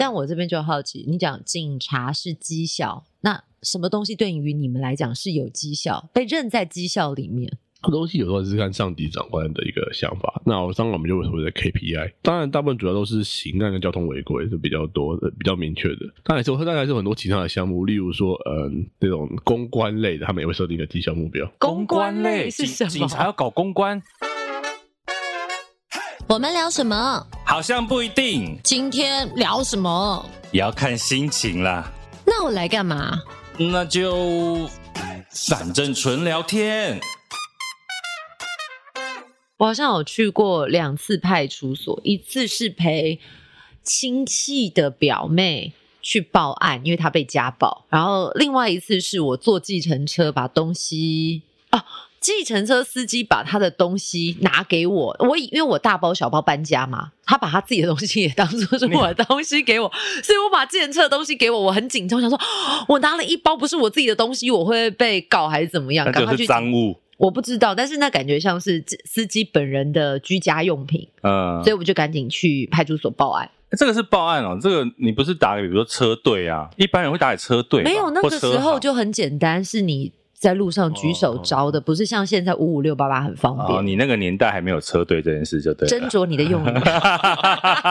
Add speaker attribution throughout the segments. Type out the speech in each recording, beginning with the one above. Speaker 1: 但我这边就好奇，你讲警察是绩效，那什么东西对于你们来讲是有绩效，被认在绩效里面？
Speaker 2: 东西有时候是看上级长官的一个想法。那当然我们就有所谓的 KPI，当然大部分主要都是刑案跟交通违规是比较多的、比较明确的。当然是，当然还是有很多其他的项目，例如说，嗯，这种公关类的，他们也会设定一个绩效目标。
Speaker 1: 公关类是
Speaker 3: 警
Speaker 1: 什么？
Speaker 3: 警察要搞公关，
Speaker 1: 我们聊什么？
Speaker 3: 好像不一定，
Speaker 1: 今天聊什么？
Speaker 3: 也要看心情啦。
Speaker 1: 那我来干嘛？
Speaker 3: 那就反正纯聊天。
Speaker 1: 我好像有去过两次派出所，一次是陪亲戚的表妹去报案，因为她被家暴；然后另外一次是我坐计程车把东西啊，计程车司机把他的东西拿给我，我以因为我大包小包搬家嘛，他把他自己的东西也当做是 我的东西给我，所以我把计程车的东西给我，我很紧张，想说哦我拿了一包不是我自己的东西，我会被告还是怎么样？
Speaker 3: 那
Speaker 1: 赶
Speaker 3: 就
Speaker 1: 快
Speaker 3: 是
Speaker 1: 去
Speaker 3: 赃物，
Speaker 1: 我不知道，但是那感觉像是司机本人的居家用品，
Speaker 3: 嗯
Speaker 1: 所以，我就赶紧去派出所报案。
Speaker 3: 这个是报案哦，这个你不是打给比如说车队啊，一般人会打给车队吧，
Speaker 1: 没有那
Speaker 3: 或
Speaker 1: 个
Speaker 3: 车
Speaker 1: 时候
Speaker 3: 行
Speaker 1: 就很简单，是你在路上举手招的，不是像现在五五六八八很方
Speaker 3: 哦，
Speaker 1: 便。
Speaker 3: 你那个年代还没有车队这件事就对
Speaker 1: 斟
Speaker 3: 了。
Speaker 1: 酌你的用语，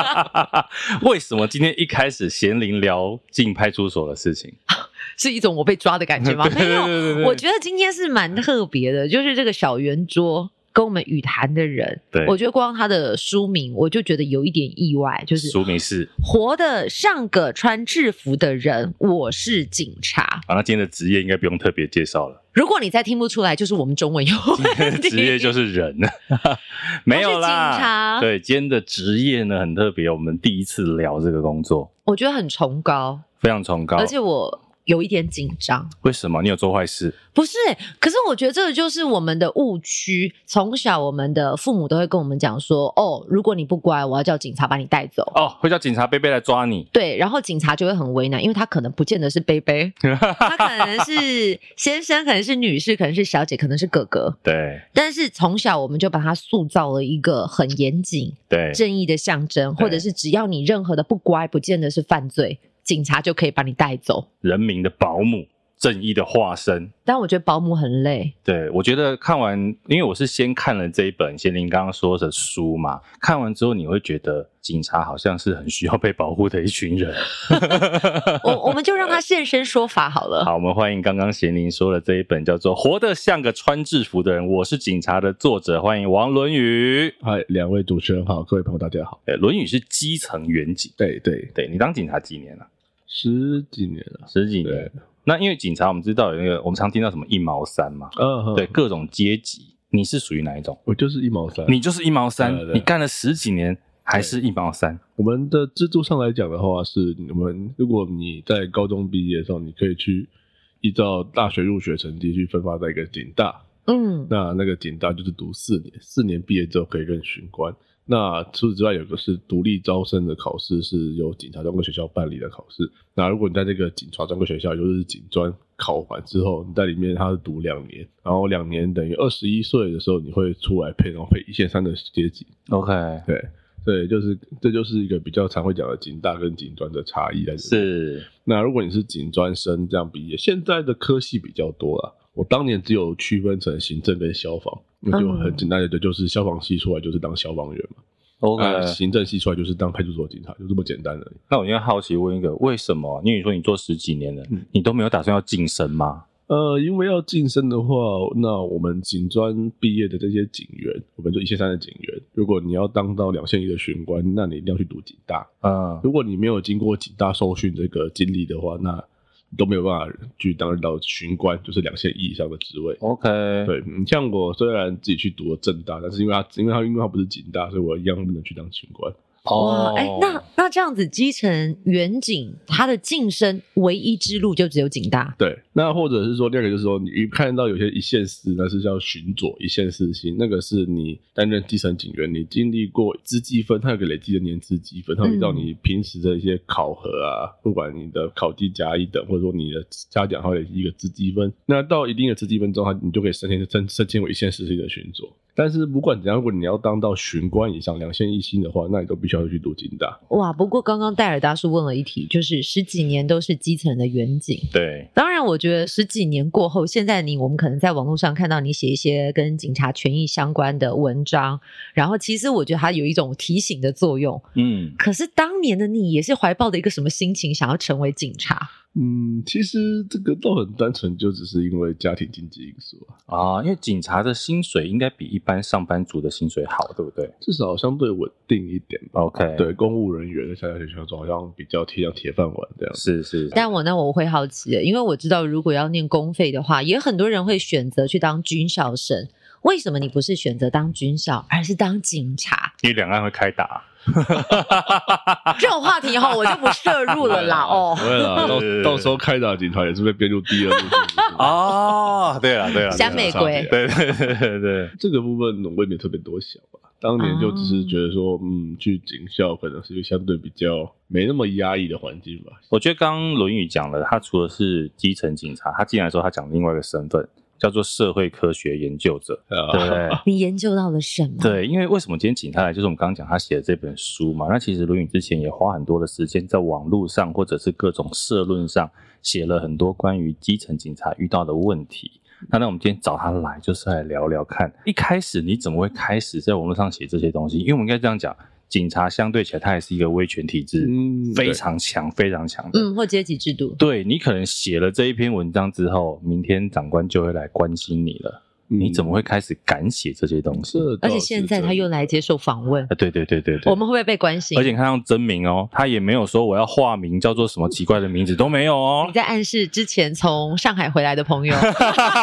Speaker 3: 为什么今天一开始闲林聊进派出所的事情？
Speaker 1: 是一种我被抓的感觉吗？
Speaker 3: 对
Speaker 1: 没
Speaker 3: 对
Speaker 1: 有，
Speaker 3: 对对
Speaker 1: 我
Speaker 3: 对，
Speaker 1: 觉得今天是蛮特别的，就是这个小圆桌跟我们语坛的人，
Speaker 3: 对
Speaker 1: 我觉得光他的书名我就觉得有一点意外，就是
Speaker 3: 署名是
Speaker 1: 活的像个穿制服的人，我是警察。
Speaker 3: 啊，那今天的职业应该不用特别介绍 了，
Speaker 1: 如果你再听不出来，就是我们中文有
Speaker 3: 今天
Speaker 1: 问
Speaker 3: 的
Speaker 1: 题。
Speaker 3: 职业就是人， 没有
Speaker 1: 我是警察
Speaker 3: 啦。对，今天的职业呢很特别，我们第一次聊这个工作，
Speaker 1: 我觉得很崇高，
Speaker 3: 非常崇高
Speaker 1: 而。且我有一点紧张。
Speaker 3: 为什么你有做坏事？
Speaker 1: 不是，可是我觉得这个就是我们的误区。从小，我们的父母都会跟我们讲说：“哦，如果你不乖，我要叫警察把你带走。
Speaker 3: 哦，会叫警察贝贝来抓你。
Speaker 1: 对，然后警察就会很为难，因为他可能不见得是贝 贝，他可能是先生，可能是女士，可能是小姐，可能是哥哥。
Speaker 3: 对
Speaker 1: 但是从小我们就把他塑造了一个很严谨、
Speaker 3: 对，
Speaker 1: 正义的象征，
Speaker 3: 对
Speaker 1: 或者是只要你任何的不乖，不见得是犯罪，警察就可以把你带走。
Speaker 3: 人民的保姆，正义的化身。
Speaker 1: 但我觉得保姆很累，
Speaker 3: 对，我觉得看完，因为我是先看了这一本贤玲刚刚说的书嘛，看完之后你会觉得警察好像是很需要被保护的一群人。
Speaker 1: 我我们就让他现身说法好了。
Speaker 3: 好，我们欢迎刚刚贤玲说的这一本叫做《活得像个穿制服的人》，我是警察的作者，欢迎王伦宇。
Speaker 2: 嗨，两位主持人好，各位朋友大家好。
Speaker 3: 对，伦宇是基层员警。
Speaker 2: 对对，
Speaker 3: 对你当警察几年了、
Speaker 2: 十几年了。
Speaker 3: 十几
Speaker 2: 对
Speaker 3: 年。，那因为警察我们知道有那个，我们常听到什么一毛三嘛，
Speaker 2: 嗯，
Speaker 3: 对，，各种阶级，你是属于哪一种？
Speaker 2: 我就是一毛三。
Speaker 3: 你就是一毛三
Speaker 2: 嗯对对，
Speaker 3: 你干了十几年还是一毛三。
Speaker 2: 我们的制度上来讲的话，是我们如果你在高中毕业的时候，你可以去依照大学入学成绩去分发在一个警大，
Speaker 1: 嗯，
Speaker 2: 那那个警大就是读四年，四年毕业之后可以任巡官。那除此之外，有个是独立招生的考试，是由警察专科学校办理的考试。那如果你在这个警察专科学校，也就是警专考完之后，你在里面他是读两年，然后两年等于二十一岁的时候，你会出来配，然后配一线三的阶级。
Speaker 3: OK，
Speaker 2: 对，对，就是这就是一个比较常会讲的警大跟警专的差异在这里。
Speaker 3: 是
Speaker 2: 那如果你是警专生这样毕业，现在的科系比较多啦。我当年只有区分成行政跟消防，那就很简单的，就是消防系出来就是当消防员嘛，
Speaker 3: OK。
Speaker 2: 啊行政系出来就是当派出所警察，就这么简单而已。
Speaker 3: 呃那我应该好奇问一个，为什么？因为你说你做十几年了，
Speaker 2: 嗯
Speaker 3: 你都没有打算要晋升吗？
Speaker 2: 呃，因为要晋升的话，那我们警专毕业的这些警员，我们就一线三的警员，如果你要当到两线一的巡官，那你一定要去读警大。
Speaker 3: 嗯，
Speaker 2: 如果你没有经过警大受训这个经历的话，那你都没有办法去担到巡官，就是两线一以上的职位。
Speaker 3: OK，
Speaker 2: 对，嗯像我虽然自己去读了正大，但是因为他因为他因为他不是警大，所以我一样不能去当警官。
Speaker 1: 哇
Speaker 3: 哦，，
Speaker 1: 哎、那那这样子，基层远景他的晋升唯一之路就只有警大。
Speaker 2: 对，那或者是说第二个就是说，你一看到有些一线司，那是叫巡佐一线司星，那个是你担任基层警员，你经历过资积分，它有个累积的年资积分，它会依照你平时的一些考核啊，不管你的考绩加一等，或者说你的嘉奖，它会累积一个资积分。那到一定的资积分之后，它你就可以升迁升升迁为一线司星的巡佐。但是不管怎样，如果你要当到巡官以上、两线一星的话，那你都必须要去读警大。
Speaker 1: 哇，不过刚刚戴尔大叔问了一题，就是十几年都是基层人的远景。
Speaker 3: 对，
Speaker 1: 当然，我觉得十几年过后，现在你我们可能在网络上看到你写一些跟警察权益相关的文章，然后其实我觉得它有一种提醒的作用。
Speaker 3: 嗯，
Speaker 1: 可是当年的你也是怀抱着一个什么心情，想要成为警察？
Speaker 2: 嗯，其实这个倒很单纯，就只是因为家庭经济因素啊，
Speaker 3: 啊，因为警察的薪水应该比一般上班族的薪水好，对不对
Speaker 2: 至少相对稳定一点吧。
Speaker 3: ？OK，，
Speaker 2: 对，公务人员的下下学校好像比较贴像铁饭碗这样。
Speaker 3: 是是，
Speaker 1: 但我呢，我会好奇的，因为我知道如果要念公费的话，也很多人会选择去当军校生。为什么你不是选择当军校，而是当警察？
Speaker 3: 因为两岸会开打，
Speaker 1: 这种话题哈，我就不摄入了啦。哦
Speaker 2: 不，会啦，到
Speaker 3: 对
Speaker 2: 到时候开打警察也是被编入第二路是不是
Speaker 3: 哦， 对 了对了，
Speaker 1: 山玫瑰
Speaker 3: 对对对对对，
Speaker 2: 这个部分我未免特别多想吧。当年就只是觉得说，嗯，去警校可能是一个相对比较没那么压抑的环境吧。
Speaker 3: 我觉得刚刚《论语》讲了，他除了是基层警察，他进来的时候他讲另外一个身份叫做社会科学研究者，对不
Speaker 2: 啊，
Speaker 3: 对？
Speaker 1: 你研究到了什么？
Speaker 2: 嗯
Speaker 3: 对，因为为什么今天请他来，就是我们刚刚讲他写的这本书嘛。那其实《论语》之前也花很多的时间在网络上或者是各种社论上写了很多关于基层警察遇到的问题。
Speaker 2: 嗯
Speaker 3: 那那我们今天找他来，就是来聊聊看，一开始你怎么会开始在网络上写这些东西？因为我们应该这样讲，警察相对起来，它还是一个威权体制，
Speaker 2: 嗯
Speaker 3: 非
Speaker 2: 对
Speaker 3: 常强，非常强的。
Speaker 1: 嗯，或阶级制度。
Speaker 3: 对你可能写了这一篇文章之后，明天长官就会来关心你了。你怎么会开始敢写这些东西？
Speaker 2: 这倒
Speaker 1: 而
Speaker 2: 嗯是
Speaker 1: 且现在他又来接受访问
Speaker 3: 啊，，对对对对对，
Speaker 1: 我们会不会被关心？
Speaker 3: 而且你看他用真名哦，他也没有说我要化名叫做什么奇怪的名字都没有哦
Speaker 1: 你。在暗示之前从上海回来的朋友，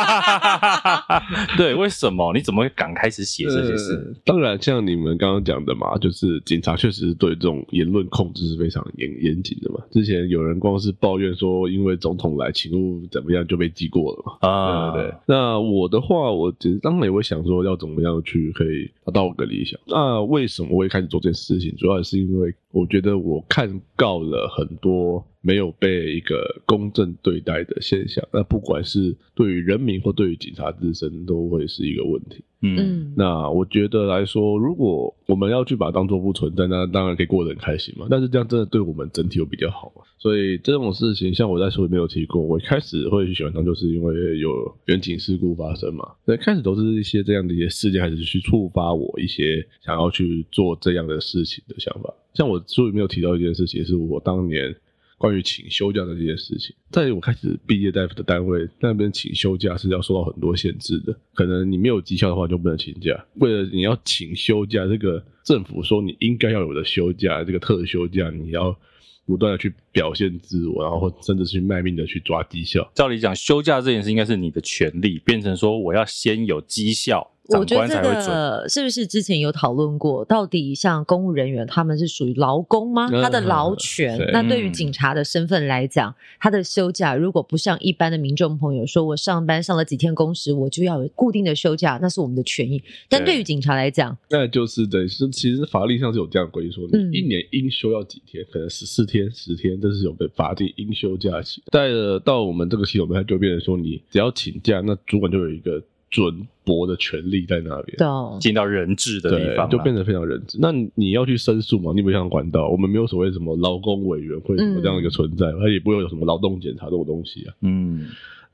Speaker 1: 哎
Speaker 3: 对，为什么？你怎么会敢开始写
Speaker 2: 真的
Speaker 3: 这些事？
Speaker 2: 呃当然，像你们刚刚讲的嘛，就是警察确实对这种言论控制是非常严严谨的嘛。之前有人光是抱怨说，因为总统来勤务怎么样就被记过了嘛。
Speaker 3: 啊
Speaker 2: 对对对，那我的话，我其实当然也会想说，要怎么样去可以达到我的理想。那为什么会开始做这件事情？主要也是因为我觉得我看到了很多没有被一个公正对待的现象。那不管是对于人民或对于警察自身，都会是一个问题。
Speaker 3: 嗯，
Speaker 1: 嗯，
Speaker 2: 那我觉得来说，如果我们要去把它当做不存在，那当然可以过得很开心嘛。但是这样真的对我们整体有比较好嘛？所以这种事情，像我在书里面有提过，我一开始会喜欢它，就是因为有远景事故发生嘛。所以开始都是一些这样的一些事件，开始去触发我一些想要去做这样的事情的想法。像我书里面有提到一件事情，是我当年关于请休假的这件事情，在我开始毕业在的单位那边请休假是要受到很多限制的，可能你没有绩效的话就不能请假。为了你要请休假，这个政府说你应该要有的休假，这个特休假，你要不断的去表现自我，然后甚至是去卖命的去抓绩效。
Speaker 3: 照理讲，休假这件事应该是你的权利，变成说我要先有绩效，长
Speaker 1: 我觉得
Speaker 3: 官
Speaker 1: 这
Speaker 3: 才会准。
Speaker 1: 个是不是之前有讨论过？到底像公务人员他们是属于劳工吗？
Speaker 2: 嗯
Speaker 1: 他的劳权？
Speaker 2: 对
Speaker 1: 那对于
Speaker 3: 嗯
Speaker 1: 警察的身份来讲，他的休假如果不像一般的民众朋友说，我上班上了几天工时，我就要有固定的休假，那是我们的权益。但
Speaker 3: 对
Speaker 1: 对于警察来讲，
Speaker 2: 那就是等于是，其实法律上是有这样的规定，说
Speaker 1: 嗯
Speaker 2: 你一年应休要几天，可能十四天、十天，这是有被法定应休假期。但呃到我们这个系统，它就变成说，你只要请假，那主管就有一个准驳的权利在那边。
Speaker 1: 懂？
Speaker 3: 进到人质的地
Speaker 2: 对
Speaker 3: 方，嘛啊
Speaker 2: 就变得非常人质。那你你要去申诉嘛？你不像管道，我们没有所谓什么劳工委员会什么这样一个存在，它也不会有什么劳动检查这种东西啊。
Speaker 3: 嗯，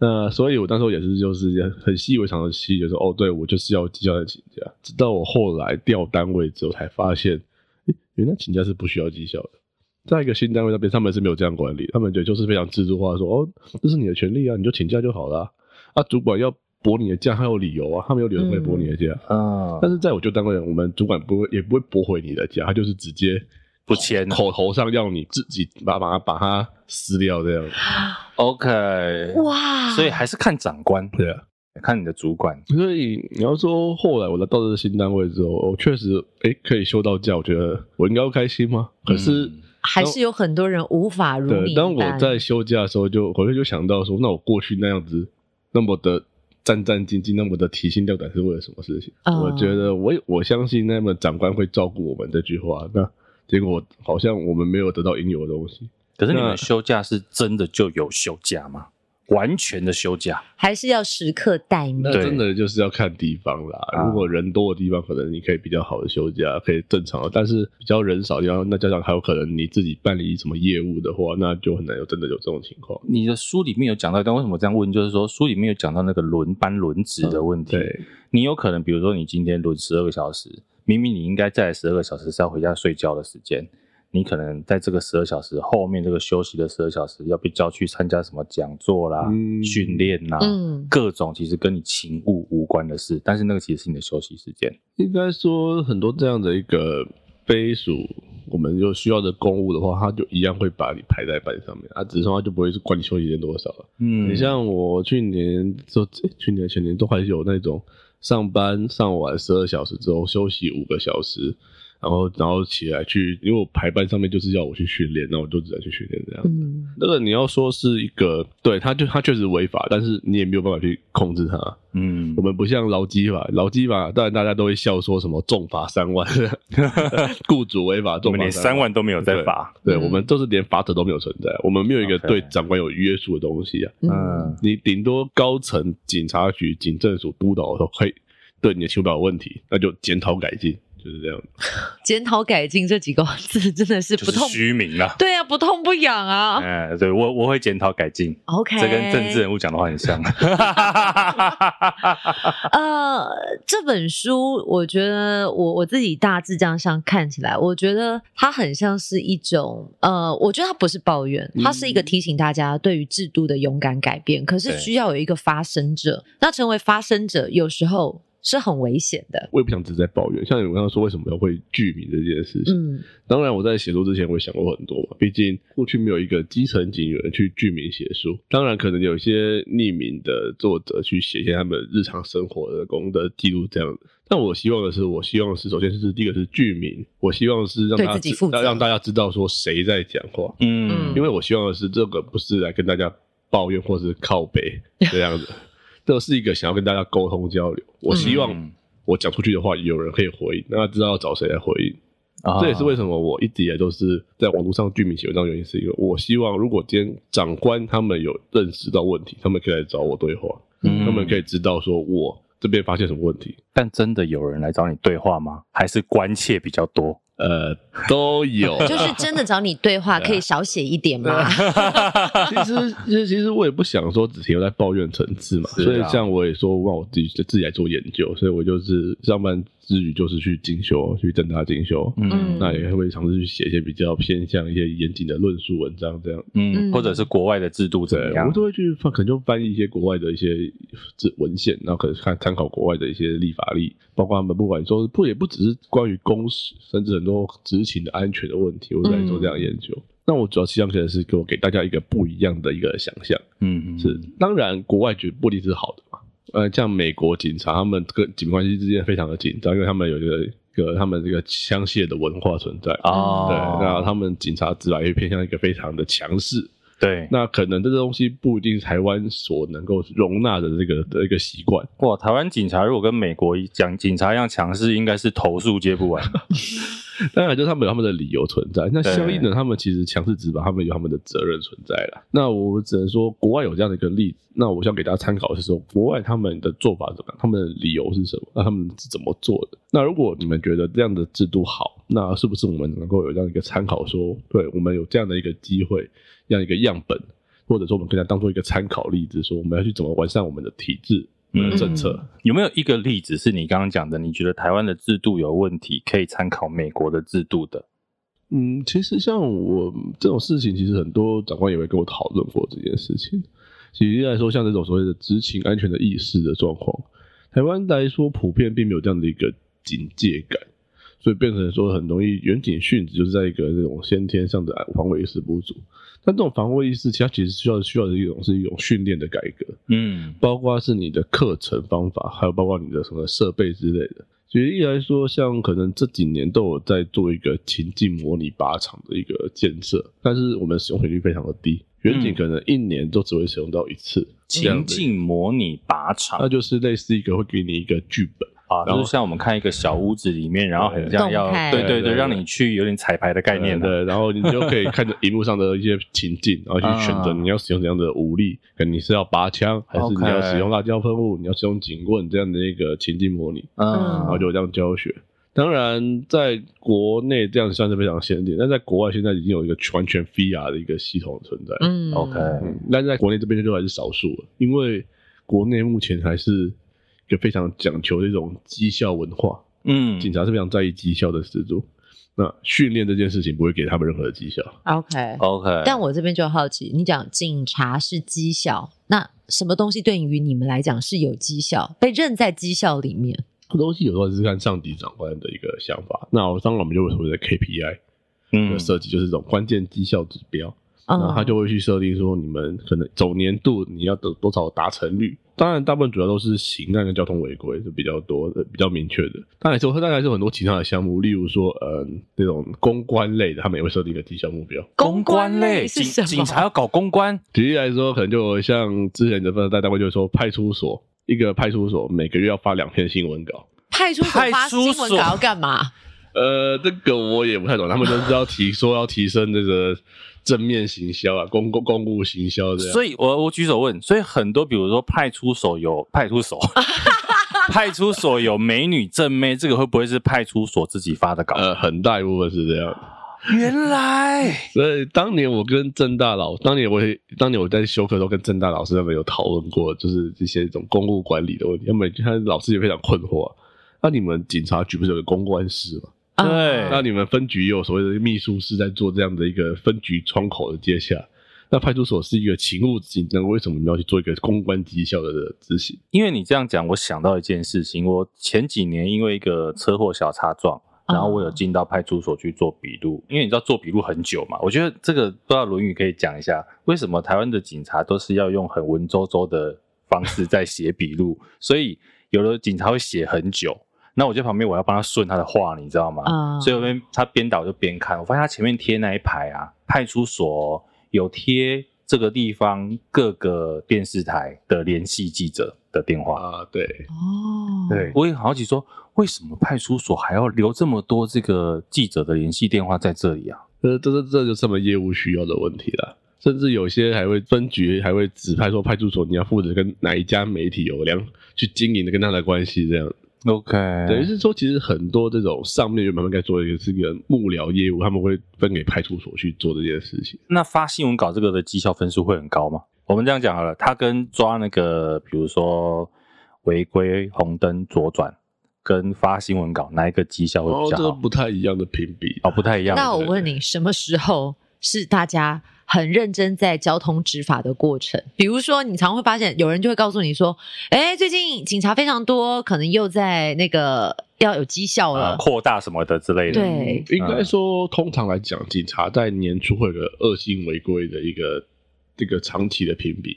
Speaker 2: 那所以，我那时候也是就是很习以为常的习，就是哦，对我就是要绩效的请假。直到我后来调单位之后，才发现，诶原来请假是不需要绩效的。在一个新单位那边，他们是没有这样管理，他们觉得就是非常制度化，说哦，这是你的权利啊，你就请假就好了啊。啊，主管要驳你的假，他有理由啊，他没有理由会驳你的假。
Speaker 3: 啊，
Speaker 2: 但是在我旧单位，我们主管不会也不会驳回你的假，他就是直接
Speaker 3: 不签啊
Speaker 2: 口头上要你自己把把它把它撕掉这样。
Speaker 3: OK，
Speaker 1: 哇！
Speaker 3: 所以还是看长官，
Speaker 2: 对啊。
Speaker 3: 看你的主管，
Speaker 2: 所以你要说后来我到这个新单位之后，我确实诶、可以休到假，我觉得我应该会开心吗？可是、
Speaker 3: 嗯
Speaker 1: 还是有很多人无法如你
Speaker 2: 对，
Speaker 1: 一
Speaker 2: 当
Speaker 1: 般。
Speaker 2: 我在休假的时候就，回我就想到说，那我过去那样子那么的战战兢兢，那么的提心吊胆，是为了什么事情？
Speaker 1: 嗯
Speaker 2: 我觉得我我相信那么长官会照顾我们这句话，那结果好像我们没有得到应有的东西。
Speaker 3: 可是你们
Speaker 2: 那
Speaker 3: 休假是真的就有休假吗？完全的休假。
Speaker 1: 还是要时刻待命
Speaker 2: 那。
Speaker 3: 对
Speaker 2: 真的就是要看地方啦。
Speaker 3: 啊
Speaker 2: 如果人多的地方，可能你可以比较好的休假，可以正常的；但是比较人少的地方，那加上还有可能你自己办理什么业务的话，那就很难有真的有这种情况。
Speaker 3: 你的书里面有讲到，但为什么这样问？就是说书里面有讲到那个轮班轮值的问题。
Speaker 2: 对，
Speaker 3: 你有可能，比如说你今天轮十二个小时，明明你应该在十二个小时是要回家睡觉的时间，你可能在这个十二小时后面这个休息的十二小时要被叫去参加什么讲座啦、
Speaker 2: 嗯
Speaker 3: 训练啦，
Speaker 1: 嗯
Speaker 3: 各种其实跟你勤务无关的事，但是那个其实是你的休息时间。
Speaker 2: 应该说很多这样的一个飞鼠，我们有需要的公务的话，它就一样会把你排在班上面啊，只是说它就不会是管你休息时间多少了。
Speaker 3: 嗯
Speaker 2: 你像我去年就诶去年前年都还有那种上班上完十二小时之后休息五个小时，然后然后起来去，因为我排班上面就是要我去训练，那我就只能去训练这样。
Speaker 1: 嗯，
Speaker 2: 那个你要说是一个，对，他就他确实违法，但是你也没有办法去控制他。
Speaker 3: 嗯
Speaker 2: 我们不像劳基法，劳基法当然大家都会笑说什么重罚三万， 雇主违法
Speaker 3: 我
Speaker 2: 重
Speaker 3: 们
Speaker 2: 罚
Speaker 3: 连三
Speaker 2: 万。
Speaker 3: 万都没有在罚。
Speaker 2: 对，
Speaker 1: 嗯
Speaker 2: 我们都是连法则都没有存在，我们没有一个
Speaker 3: OK
Speaker 2: 对长官有约束的东西啊。
Speaker 1: 嗯
Speaker 3: 嗯，
Speaker 2: 你顶多高层警察局、警政署督导的时候，可以对你的情报有问题，那就检讨改进，就是这样。
Speaker 1: 检讨改进这几个 字真的是
Speaker 3: 就
Speaker 1: 不
Speaker 3: 是
Speaker 1: 痛，
Speaker 3: 虚名啦。
Speaker 1: 对啊，不痛不痒啊。
Speaker 3: 嗯，对我我会检讨改进，
Speaker 1: OK，
Speaker 3: 这跟政治人物讲的话 很像。
Speaker 1: 呃，这本书我觉得我我自己大致这样上看起来，我觉得它很像是一种呃，我觉得它不是抱怨，它是一个提醒大家对于制度的勇敢改变，可是
Speaker 3: 嗯对
Speaker 1: 需要有一个发声者。那成为发声者，有时候是很危险的。
Speaker 2: 我也不想只在抱怨，像你们刚刚说为什么会剧名这件事情。
Speaker 1: 嗯
Speaker 2: 当然，我在写作之前我也想过很多嘛，毕竟过去没有一个基层警员去剧名写书。当然，可能有一些匿名的作者去写一些他们日常生活的功德记录这样。但我希望的是，我希望的是，首先是第一个是剧名，我希望是让
Speaker 1: 对
Speaker 2: 大家
Speaker 1: 自己
Speaker 2: 知
Speaker 1: 负责
Speaker 2: 让大家知道说谁在讲话。
Speaker 3: 嗯
Speaker 2: 因为我希望的是，这个不是来跟大家抱怨或是靠背这样子，这是一个想要跟大家沟通交流。我希望
Speaker 3: 嗯
Speaker 2: 我讲出去的话，有人可以回应，让他知道要找谁来回应。
Speaker 3: 啊
Speaker 2: 这也是为什么我一直以来都是在网络上居民写文章，原因是因为我希望，如果今天长官他们有认识到问题，他们可以来找我对话，
Speaker 1: 嗯
Speaker 2: 他们可
Speaker 3: 以。
Speaker 2: 以知道说我这边发现什么问题。
Speaker 3: 但真的有人来找你对话吗？还是关切比较多？
Speaker 2: 呃，都有，
Speaker 1: 就是真的找你对话，可以少写一点吗？
Speaker 3: 啊
Speaker 2: 其实，其实，其实我也不想说只停留在抱怨层次嘛，
Speaker 3: 是啊
Speaker 2: 所以像我也说，让我自己自己来做研究，所以我就是上班之余就是去进修，去正大进修，
Speaker 1: 嗯
Speaker 2: 那也会尝试去写一些比较偏向一些严谨的论述文章，这样。
Speaker 1: 嗯
Speaker 3: 嗯，或者是啊国外的制度怎么
Speaker 2: 对，我
Speaker 3: 样
Speaker 2: 们？都会去翻，可能就翻译一些国外的一些这文献，然后可能看参考国外的一些立法例，包括他们不管说不也不只是关于工时，甚至很多执勤的安全的问题，我都在做这样的研
Speaker 3: 嗯
Speaker 2: 究。那我主要希望可能是给我给大家一个不一样的一个想象，
Speaker 3: 嗯，嗯
Speaker 2: 是当然国外绝不一定是好的嘛，呃，像美国警察他们跟警民关系之间非常的紧张，因为他们有一个一个他们这个枪械的文化存在，
Speaker 3: 哦，
Speaker 2: 对，那他们警察自然也偏向一个非常的强势，
Speaker 3: 对，
Speaker 2: 那可能这个东西不一定是台湾所能够容纳的这个的一个习惯，
Speaker 3: 哇，台湾警察如果跟美国讲警察一样强势，应该是投诉接不完。
Speaker 2: 当然就是他们有他们的理由存在。那
Speaker 3: 对
Speaker 2: 相应的，他们其实强势执法，他们有他们的责任存在了。那我只能说，国外有这样的一个例子，那我想给大家参考的是说，国外他们的做法怎么样，他们的理由是什么，那他们是怎么做的。那如果你们觉得这样的制度好，那是不是我们能够有这样一个参考说对我们有这样的一个机会，这样一个样本，或者说我们可以把它当做一个参考例子，说我们要去怎么完善我们的体制、我们的政策。
Speaker 1: 嗯
Speaker 3: 有没有一个例子是你刚刚讲的？你觉得台湾的制度有问题，可以参考美国的制度的？
Speaker 2: 嗯，其实像我这种事情，其实很多长官也会跟我讨论过这件事情。举例来说，像这种所谓的执勤安全的意识的状况，台湾来说普遍并没有这样的一个警戒感，所以变成说很容易远警殉职，就是在一个这种先天上的防卫意识不足。但这种防卫意识，其实它其实需要需要的一种是一种训练的改革。
Speaker 3: 嗯
Speaker 2: 包括是你的课程方法，还有包括你的什么设备之类的。举例来说，像可能这几年都有在做一个情境模拟靶场的一个建设，但是我们使用频率非常的低，远景
Speaker 3: 嗯
Speaker 2: 可能一年都只会使用到一次，这样
Speaker 3: 情
Speaker 2: 子
Speaker 3: 境模拟靶场
Speaker 2: 那就是类似一个会给你一个剧本，
Speaker 3: 啊，
Speaker 2: 然
Speaker 3: 就
Speaker 2: 后
Speaker 3: 是像我们看一个小屋子里面，然后很像要
Speaker 1: 动态
Speaker 3: 对对
Speaker 2: 对
Speaker 3: 对，
Speaker 2: 对
Speaker 3: 让你去有点彩排的概念啊的。
Speaker 2: 对，然后你就可以看着荧幕上的一些情境， 然后去选择
Speaker 3: 嗯
Speaker 2: 你要使用怎样的武力，可能你是要拔枪，还是
Speaker 3: OK
Speaker 2: 你要使用辣椒喷雾，你要使用警棍这样的一个情境模拟，
Speaker 1: 嗯
Speaker 2: 然
Speaker 3: 啊
Speaker 2: 后就有这样教学。当然，在国内这样算是非常先进，但在国外现在已经有一个完全 VR 的一个系统存在。
Speaker 1: 嗯
Speaker 3: OK，
Speaker 2: 嗯，但在国内这边就还是少数了，因为国内目前还是一个非常讲求这种绩效文化，
Speaker 3: 嗯
Speaker 2: 警察是非常在意绩效的制度。那训练这件事情不会给他们任何的绩效，
Speaker 1: OK。
Speaker 3: ，OK，
Speaker 1: 但我这边就好奇，你讲警察是绩效，那什么东西对于你们来讲是有绩效，被认在绩效里面？
Speaker 2: 这东西有时候是看上级长官的一个想法。那当然我们就会所谓的 KPI
Speaker 3: 嗯
Speaker 2: 的设计，就是这种关键绩效指标，然后他
Speaker 1: 嗯
Speaker 2: 就会去设定说你们可能走年度你要得多少达成率。当然，大部分主要都是刑案跟交通违规是比较多呃的、比较明确的。当然，说当然还是有很多其他的项目，例如说，嗯，那种公关类的，他们也会设定一个绩效目标。
Speaker 1: 公关类是
Speaker 3: 警
Speaker 1: 什么？
Speaker 3: 警察要搞公关，
Speaker 2: 举例来说，可能就像之前的分在单位就是说，派出所一个派出所每个月要发两篇新闻稿。
Speaker 1: 派出所发
Speaker 3: 派出
Speaker 1: 新
Speaker 3: 所
Speaker 1: 闻稿要干嘛？
Speaker 2: 呃，这个我也不太懂，他们就是要提说要提升这个正面行销啊，公公公务行销这样。
Speaker 3: 所以我我举手问，所以很多比如说派出所有派 出所，派出所有美女正妹，这个会不会是派出所自己发的稿？
Speaker 2: 呃，很大一部分是这样。
Speaker 3: 原来
Speaker 2: 所以当年我跟郑大老，当年我也，当年我在修课都跟郑大老师他们有讨论过，就是这些这种公务管理的问题。他们他老师也非常困惑、啊。那你们警察局不是有个公关室吗？
Speaker 1: 啊
Speaker 3: 对
Speaker 2: 那你们分局也有所谓的秘书室在做这样的一个分局窗口的接洽。那派出所是一个勤务机那为什么你们要去做一个公关绩效的执行？
Speaker 3: 因为你这样讲，我想到一件事情，我前几年因为一个车祸小擦撞。然后
Speaker 1: 哦
Speaker 3: 我有进到派出所去做笔录，因为你知道做笔录很久嘛，我觉得这个不知道《论语》可以讲一下，为什么台湾的警察都是要用很文绉绉的方式在写笔录， 所以有的警察会写很久，那我在旁边我要帮他顺他的话，你知道吗？
Speaker 1: 啊
Speaker 3: 所以我边他边导就边看，我发现他前面贴那一排啊，派出所哦有贴这个地方各个电视台的联系记者的电话。
Speaker 2: 啊，对，
Speaker 1: 哦，
Speaker 2: 对
Speaker 3: 我也很好奇说，为什么派出所还要留这么多这个记者的联系电话在这里啊？
Speaker 2: 这这这这就是他们业务需要的问题啦。甚至有些还会分局还会指派说派出所你要负责跟哪一家媒体有良去经营的跟他的关系这样。
Speaker 3: OK，
Speaker 2: 等于是说，其实很多这种上面原本该做的一个是一个幕僚业务，他们会分给派出所去做这件事情。
Speaker 3: 那发新闻稿这个的绩效分数会很高吗？我们这样讲好了，它跟抓那个，比如说违规红灯左转，跟发新闻稿哪一个绩效会
Speaker 2: 哦
Speaker 3: 比，较
Speaker 2: 这个
Speaker 3: 好？
Speaker 2: 不太一样的评比
Speaker 3: 哦，不太一样。
Speaker 1: 那我
Speaker 3: 对不对
Speaker 1: 问你，什么时候是大家很认真在交通执法的过程？比如说，你常会发现有人就会告诉你说：“哎，最近警察非常多，可能又在那个要有绩效了。
Speaker 3: 呃扩大什么的之类的。
Speaker 1: 对
Speaker 2: 应该说，通常来讲，警察在年初会有个恶性违规的一个这个长期的评比。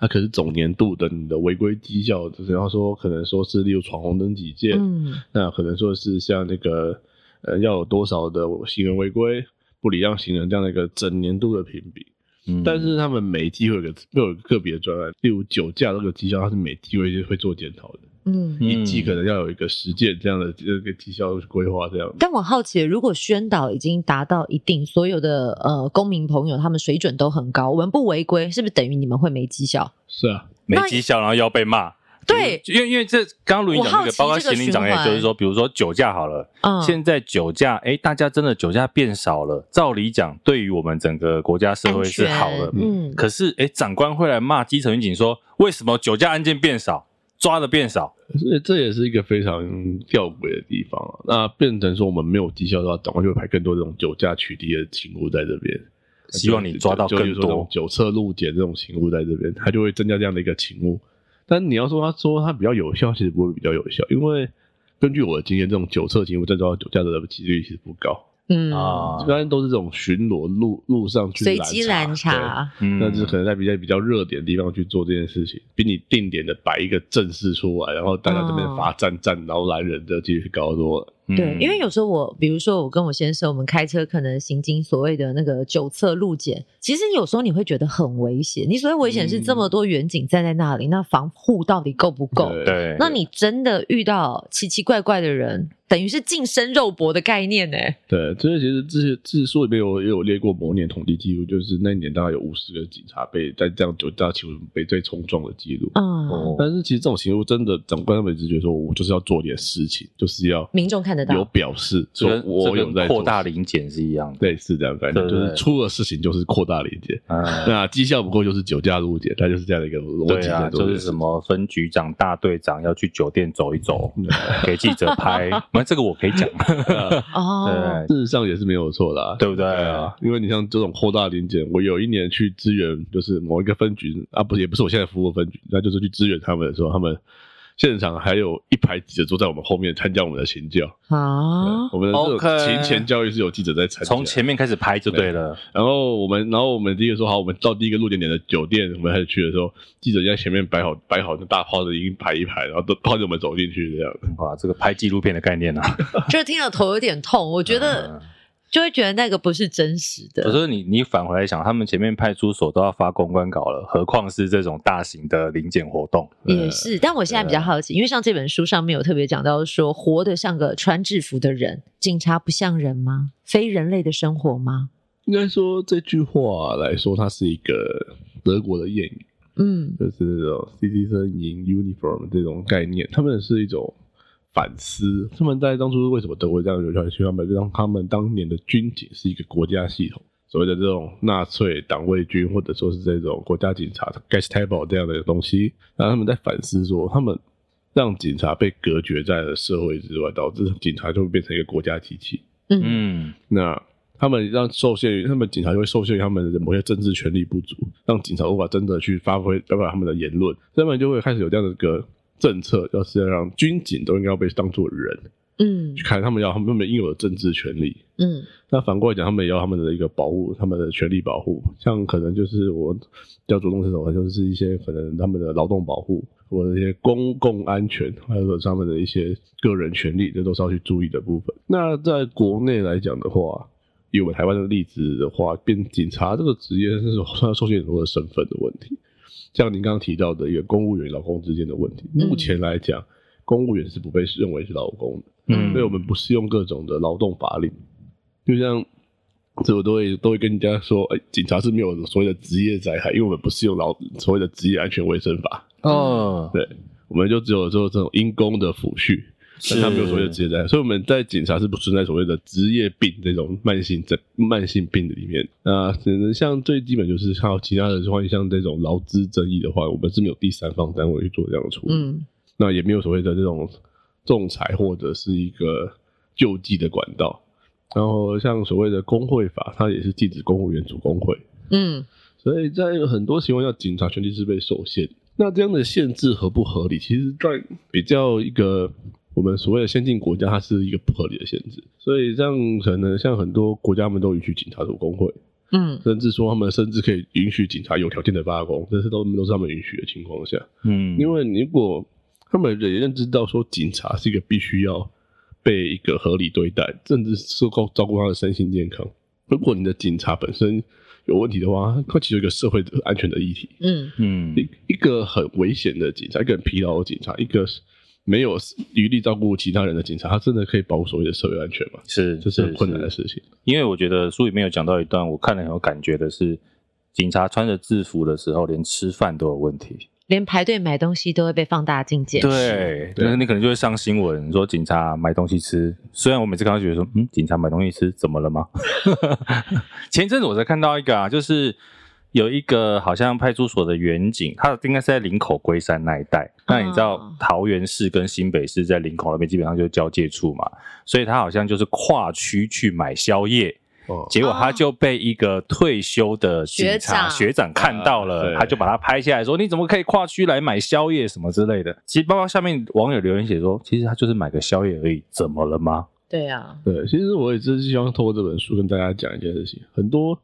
Speaker 2: 那、可是总年度的你的违规绩效，只要说可能说是例如闯红灯几件，
Speaker 1: 嗯
Speaker 2: 那可能说是像那个呃要有多少的行人违规、不礼让行人这样的一个整年度的评比。
Speaker 3: 嗯
Speaker 2: 但是他们每一季会有个会有个个别的专案，例如酒驾这个绩效，它是每季会会做检讨的，”
Speaker 1: 嗯。
Speaker 2: 一季可能要有一个实践这样的这个绩效规划这样的。
Speaker 1: 但我好奇，如果宣导已经达到一定，所有的呃公民朋友他们水准都很高，我们不违规，是不是等于你们会没绩效？
Speaker 2: 是啊，
Speaker 3: 没绩效，然后要被骂。
Speaker 1: 对
Speaker 3: 因为因为这刚刚卢云讲
Speaker 1: 我
Speaker 3: 那
Speaker 1: 好
Speaker 3: 个，
Speaker 1: 奇
Speaker 3: 包括
Speaker 1: 这个
Speaker 3: 贤玲长也
Speaker 1: 循环
Speaker 3: 就是说，比如说酒驾好了，
Speaker 1: 嗯，
Speaker 3: 现在酒驾，哎，大家真的酒驾变少了，照理讲，对于我们整个国家社会是好的
Speaker 1: 安。全嗯，
Speaker 3: 可是，哎，长官会来骂基层民警说，为什么酒驾案件变少，抓的变少？
Speaker 2: 所以这也是一个非常吊诡的地方啊。那变成说我们没有绩效的话，长官就会排更多这种酒驾取缔的勤务在这边，
Speaker 3: 希望你抓到
Speaker 2: 就就
Speaker 3: 更
Speaker 2: 比如说这种
Speaker 3: 多。
Speaker 2: 酒测路检这种勤务在这边，他就会增加这样的一个勤务。但你要说他说他比较有效，其实不会比较有效，因为根据我的经验，这种酒测勤务再抓到酒驾的几率其实不高，
Speaker 1: 嗯，
Speaker 3: 啊
Speaker 2: 一般都是这种巡逻路路上去
Speaker 1: 随机拦
Speaker 2: 对
Speaker 1: 查，
Speaker 3: 嗯
Speaker 2: 那就是可能在比较比较热点的地方去做这件事情，比你定点的摆一个阵势出来，然后大家这边罚站站，然后拦人的几率高多了。
Speaker 3: 嗯
Speaker 1: 对，因为有时候我，比如说我跟我先生，我们开车可能行经所谓的那个九侧路检，其实有时候你会觉得很危险。你所谓危险是这么多远景站在那里，那防护到底够不够？
Speaker 3: 对，
Speaker 1: 那你真的遇到奇奇怪怪的人，等于是近身肉搏的概念哎呢、
Speaker 2: 对，这些其实这些这书里面有也有列过某年统计记录，就是那一年大概有五十个警察被在这样酒驾期间被被冲撞的记录。
Speaker 1: 嗯，
Speaker 3: 哦
Speaker 2: 但是其实这种行为真的，长官他们只是觉得说，我就是要做点事情，就是要
Speaker 1: 民众看得到
Speaker 2: 有表示，
Speaker 3: 这
Speaker 2: 说
Speaker 3: 跟
Speaker 2: 我
Speaker 3: 这
Speaker 2: 有
Speaker 3: 跟
Speaker 2: 在做
Speaker 3: 扩大
Speaker 2: 事
Speaker 3: 零检是一样的。
Speaker 2: 类似这样的概念，
Speaker 3: 对
Speaker 2: 就
Speaker 3: 对
Speaker 2: 是出了事情就是扩大理解。
Speaker 3: 嗯，
Speaker 2: 那绩效不够就是酒驾误解，它就是这样的一个逻
Speaker 3: 对
Speaker 2: 辑
Speaker 3: 啊，
Speaker 2: 在做
Speaker 3: 就
Speaker 2: 这
Speaker 3: 是
Speaker 2: 个事
Speaker 3: 什
Speaker 2: 情。
Speaker 3: 么分局长、大队长要去酒店走 一走，
Speaker 2: 嗯
Speaker 3: 给记 者拍。那这个我可以讲，
Speaker 1: 哦，
Speaker 2: 事实上也是没有错的、啊，
Speaker 3: 对不对
Speaker 2: 啊，因为你像这种扩大零检，我有一年去支援，就是某一个分局啊，不是也不是我现在服务的分局，那就是去支援他们的时候，他们现场还有一排记者坐在我们后面参加我们的行教，
Speaker 1: 啊，
Speaker 2: 我们的这
Speaker 3: OK
Speaker 2: 种行前教育是有记者在参加。
Speaker 3: 从前面开始拍就对了。
Speaker 2: 然后我们，然后我们第一个说好，我们到第一个路点点的酒店，我们开始去的时候，记者就在前面摆好摆好那大炮的，已经排一排，然后都抱着我们走进去这样。
Speaker 3: 哇，啊这个拍纪录片的概念啊，
Speaker 1: 就是听了头有点痛，我觉
Speaker 3: 嗯
Speaker 1: 得就会觉得那个不是真实
Speaker 3: 我
Speaker 1: 的。
Speaker 3: 说你你反回来想，他们前面派出所都要发公关稿了，何况是这种大型的临检活动？
Speaker 1: 也是，但我现在比较好奇，因为像这本书上面有特别讲到说，活得像个穿制服的人，警察不像人吗？非人类的生活吗？
Speaker 2: 应该说这句话来说，它是一个德国的谚语，
Speaker 1: 嗯，
Speaker 2: 就是那种 citizen in uniform 这种概念，他们是一种反思，他们在当初为什么德国这样有效去他们，让他们当年的军警是一个国家系统。所谓的这种纳粹党卫军，或者说是这种国家警察 Gestapo 这样的东西，然后他们在反思说，他们让警察被隔绝在了社会之外，导致警察就会变成一个国家机器。
Speaker 1: 嗯
Speaker 3: 嗯，
Speaker 2: 那他们让受限于他们警察就会受限于他们的某些政治权利不足，让警察无法真的去发挥表达他们的言论，所以他们就会开始有这样的一个政策，要是要让军警都应该要被当作人
Speaker 1: 嗯
Speaker 2: 去看，他们要他们应有的政治权利。
Speaker 1: 嗯
Speaker 2: 那反过来讲，他们也要他们的一个保护，他们的权利保护，像可能就是我要主动是什么，就是一些可能他们的劳动保护，或者一些公共安全，还有他们的一些个人权利，这都是要去注意的部分。那在国内来讲的话，以我们台湾的例子的话，变警察这个职业是受受限很多的身份的问题，像您刚刚提到的一个公务员劳工之间的问题，
Speaker 1: 嗯
Speaker 2: 目前来讲，公务员是不被认为是劳工的。
Speaker 3: 嗯
Speaker 2: 所以我们不适用各种的劳动法令，就像这我都会都会跟人家说，哎、警察是没有所谓的职业灾害，因为我们不适用劳所谓的职业安全卫生法，
Speaker 3: 哦，
Speaker 2: 对我们就只有做这种因公的抚恤，但他没有所谓的职业灾害，所以我们在警察是不存在所谓的职业病这种慢性症、慢性病的里面。那只能像最基本就是靠其他的情况，像这种劳资争议的话，我们是没有第三方单位去做这样的处理。
Speaker 1: 嗯
Speaker 2: 那也没有所谓的这种仲裁或者是一个救济的管道。然后像所谓的工会法，它也是禁止公务员组工会，
Speaker 1: 嗯
Speaker 2: 所以在很多情况下，警察权力是被受限。那这样的限制合不合理？其实，在比较一个我们所谓的先进国家，它是一个不合理的限制。所以，这样可能像很多国家，他们都允许警察组工会，
Speaker 1: 嗯
Speaker 2: 甚至说他们甚至可以允许警察有条件的罢工，这是都都是他们允许的情况下。
Speaker 3: 嗯，
Speaker 2: 因为如果他们也认知到说，警察是一个必须要被一个合理对待，甚至是够照顾他的身心健康。如果你的警察本身有问题的话，它其实有一个社会的安全的议题。
Speaker 1: 嗯
Speaker 3: 嗯
Speaker 2: 一一个很危险的警察，一个很疲劳的警察，一个没有余力照顾其他人的警察，他真的可以保护所谓的社会安全吗？
Speaker 3: 是
Speaker 2: 这是很困难的事情。
Speaker 3: 因为我觉得书里面有讲到一段，我看了很有感觉的是，警察穿着制服的时候，连吃饭都有问题。
Speaker 1: 连排队买东西都会被放大镜检视。
Speaker 3: 对，
Speaker 2: 对
Speaker 3: 那你可能就会上新闻，说警察买东西吃。虽然我每次看到就觉得说，嗯，警察买东西吃怎么了吗？前一阵子我才看到一个啊，就是有一个好像派出所的远警，他应该是在林口龟山那一带。那你知道
Speaker 1: 哦
Speaker 3: 桃园市跟新北市在林口那边基本上就是交界处嘛，所以他好像就是跨区去买宵夜。
Speaker 2: 哦，
Speaker 3: 结果他
Speaker 1: 哦
Speaker 3: 就被一个退休的警
Speaker 1: 学
Speaker 3: 察
Speaker 1: 长
Speaker 3: 学长看到
Speaker 2: 啊
Speaker 3: 了，
Speaker 2: 对
Speaker 3: 他就把他拍下来说：“你怎么可以跨区来买宵夜什么之类的？”其实包括下面网友留言写说：“其实他就是买个宵夜而已，怎么了吗
Speaker 1: 对啊，
Speaker 2: 对，其实我也是希望透过这本书跟大家讲一件事情，很多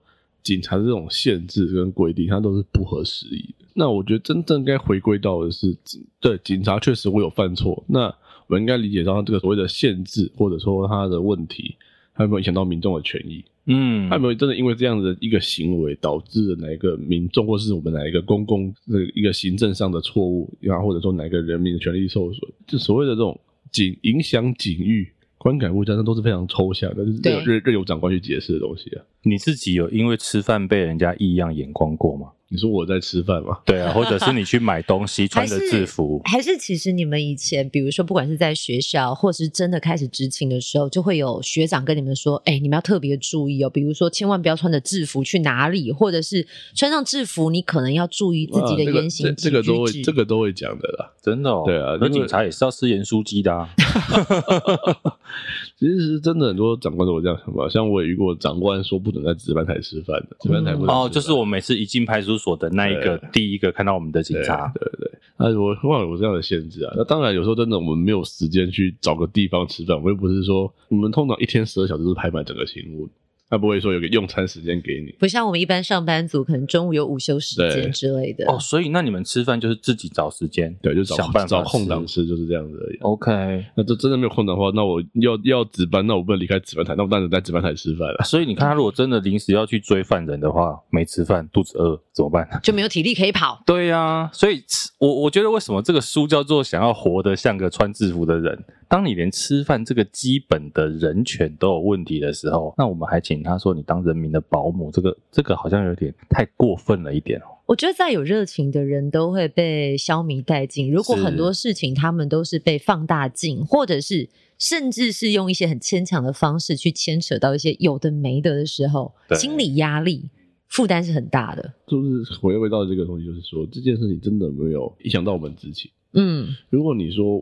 Speaker 2: 警察这种限制跟规定，它都是不合时宜的。那我觉得真正该回归到的是，警对警察确实会有犯错，那我们应该理解到这个所谓的限制，或者说它的问题，它有没有影响到民众的权益？
Speaker 3: 嗯
Speaker 2: 他有没有真的因为这样子的一个行为，导致了哪一个民众，或是我们哪一个公共的一个行政上的错误，然后或者说哪一个人民的权利受损，就所谓的这种警影响警域、观感不佳，那都是非常抽象的，就是
Speaker 1: 对
Speaker 2: 任任任由长官去解释的东西啊。
Speaker 3: 你自己有因为吃饭被人家异样眼光过吗？
Speaker 2: 你说我在吃饭吗？
Speaker 3: 对啊，或者是你去买东 西穿着制服，
Speaker 1: 还是其实你们以前，比如说不管是在学校，或是真的开始执勤的时候，就会有学长跟你们说：“哎、你们要特别注意哦，比如说千万不要穿着制服去哪里，或者是穿上制服，你可能要注意自己的
Speaker 2: 啊这个
Speaker 1: 言行
Speaker 2: 这这个都会
Speaker 1: 举止
Speaker 2: 这个都会讲的啦。
Speaker 3: 真的哦。
Speaker 2: 对啊
Speaker 3: 那
Speaker 2: 因为
Speaker 3: 警察也是要吃盐酥鸡的啊。
Speaker 2: 其实是真的很多长官都有这样想法，像我也遇过长官说不准在值班台吃饭的，值班台不能
Speaker 3: 哦，
Speaker 2: 吃
Speaker 3: 就是
Speaker 2: 饭
Speaker 3: 我每次一进派出所的那一个第一个看到我们的警察，
Speaker 2: 对对对，那我往往有这样的限制啊。那当然，有时候真的我们没有时间去找个地方吃饭，我们又不是说我们通常一天十二小时都是排满整个勤务，他不会说有个用餐时间给你。
Speaker 1: 不像我们一般上班族，可能中午有午休时间之类的。
Speaker 3: 哦，所以那你们吃饭就是自己找时间，
Speaker 2: 对，就找
Speaker 3: 想办法
Speaker 2: 找空档。吃，就是这样子而已啊。
Speaker 3: OK，
Speaker 2: 那这真的没有空档的话，那我要要值班，那我不能离开值班台，那我当然在值班台吃饭了。
Speaker 3: 啊
Speaker 2: 啊
Speaker 3: 所以你看他如果真的临时要去追犯人的话，没吃饭，肚子饿怎么办？
Speaker 1: 就没有体力可以跑，
Speaker 3: 对呀、所以吃我我觉得为什么这个书叫做想要活得像个穿制服的人？当你连吃饭这个基本的人权都有问题的时候，那我们还请他说你当人民的保姆，这个这个好像有点太过分了一点哦。
Speaker 1: 我觉得再有热情的人都会被消弭殆尽。如果
Speaker 3: 是
Speaker 1: 很多事情他们都是被放大镜，或者是甚至是用一些很牵强的方式去牵扯到一些有的没的的时候，
Speaker 3: 对
Speaker 1: 心理压力负担是很大的。
Speaker 2: 就是回归到这个东西，就是说这件事情真的没有影响到我们执勤。
Speaker 1: 嗯，
Speaker 2: 如果你说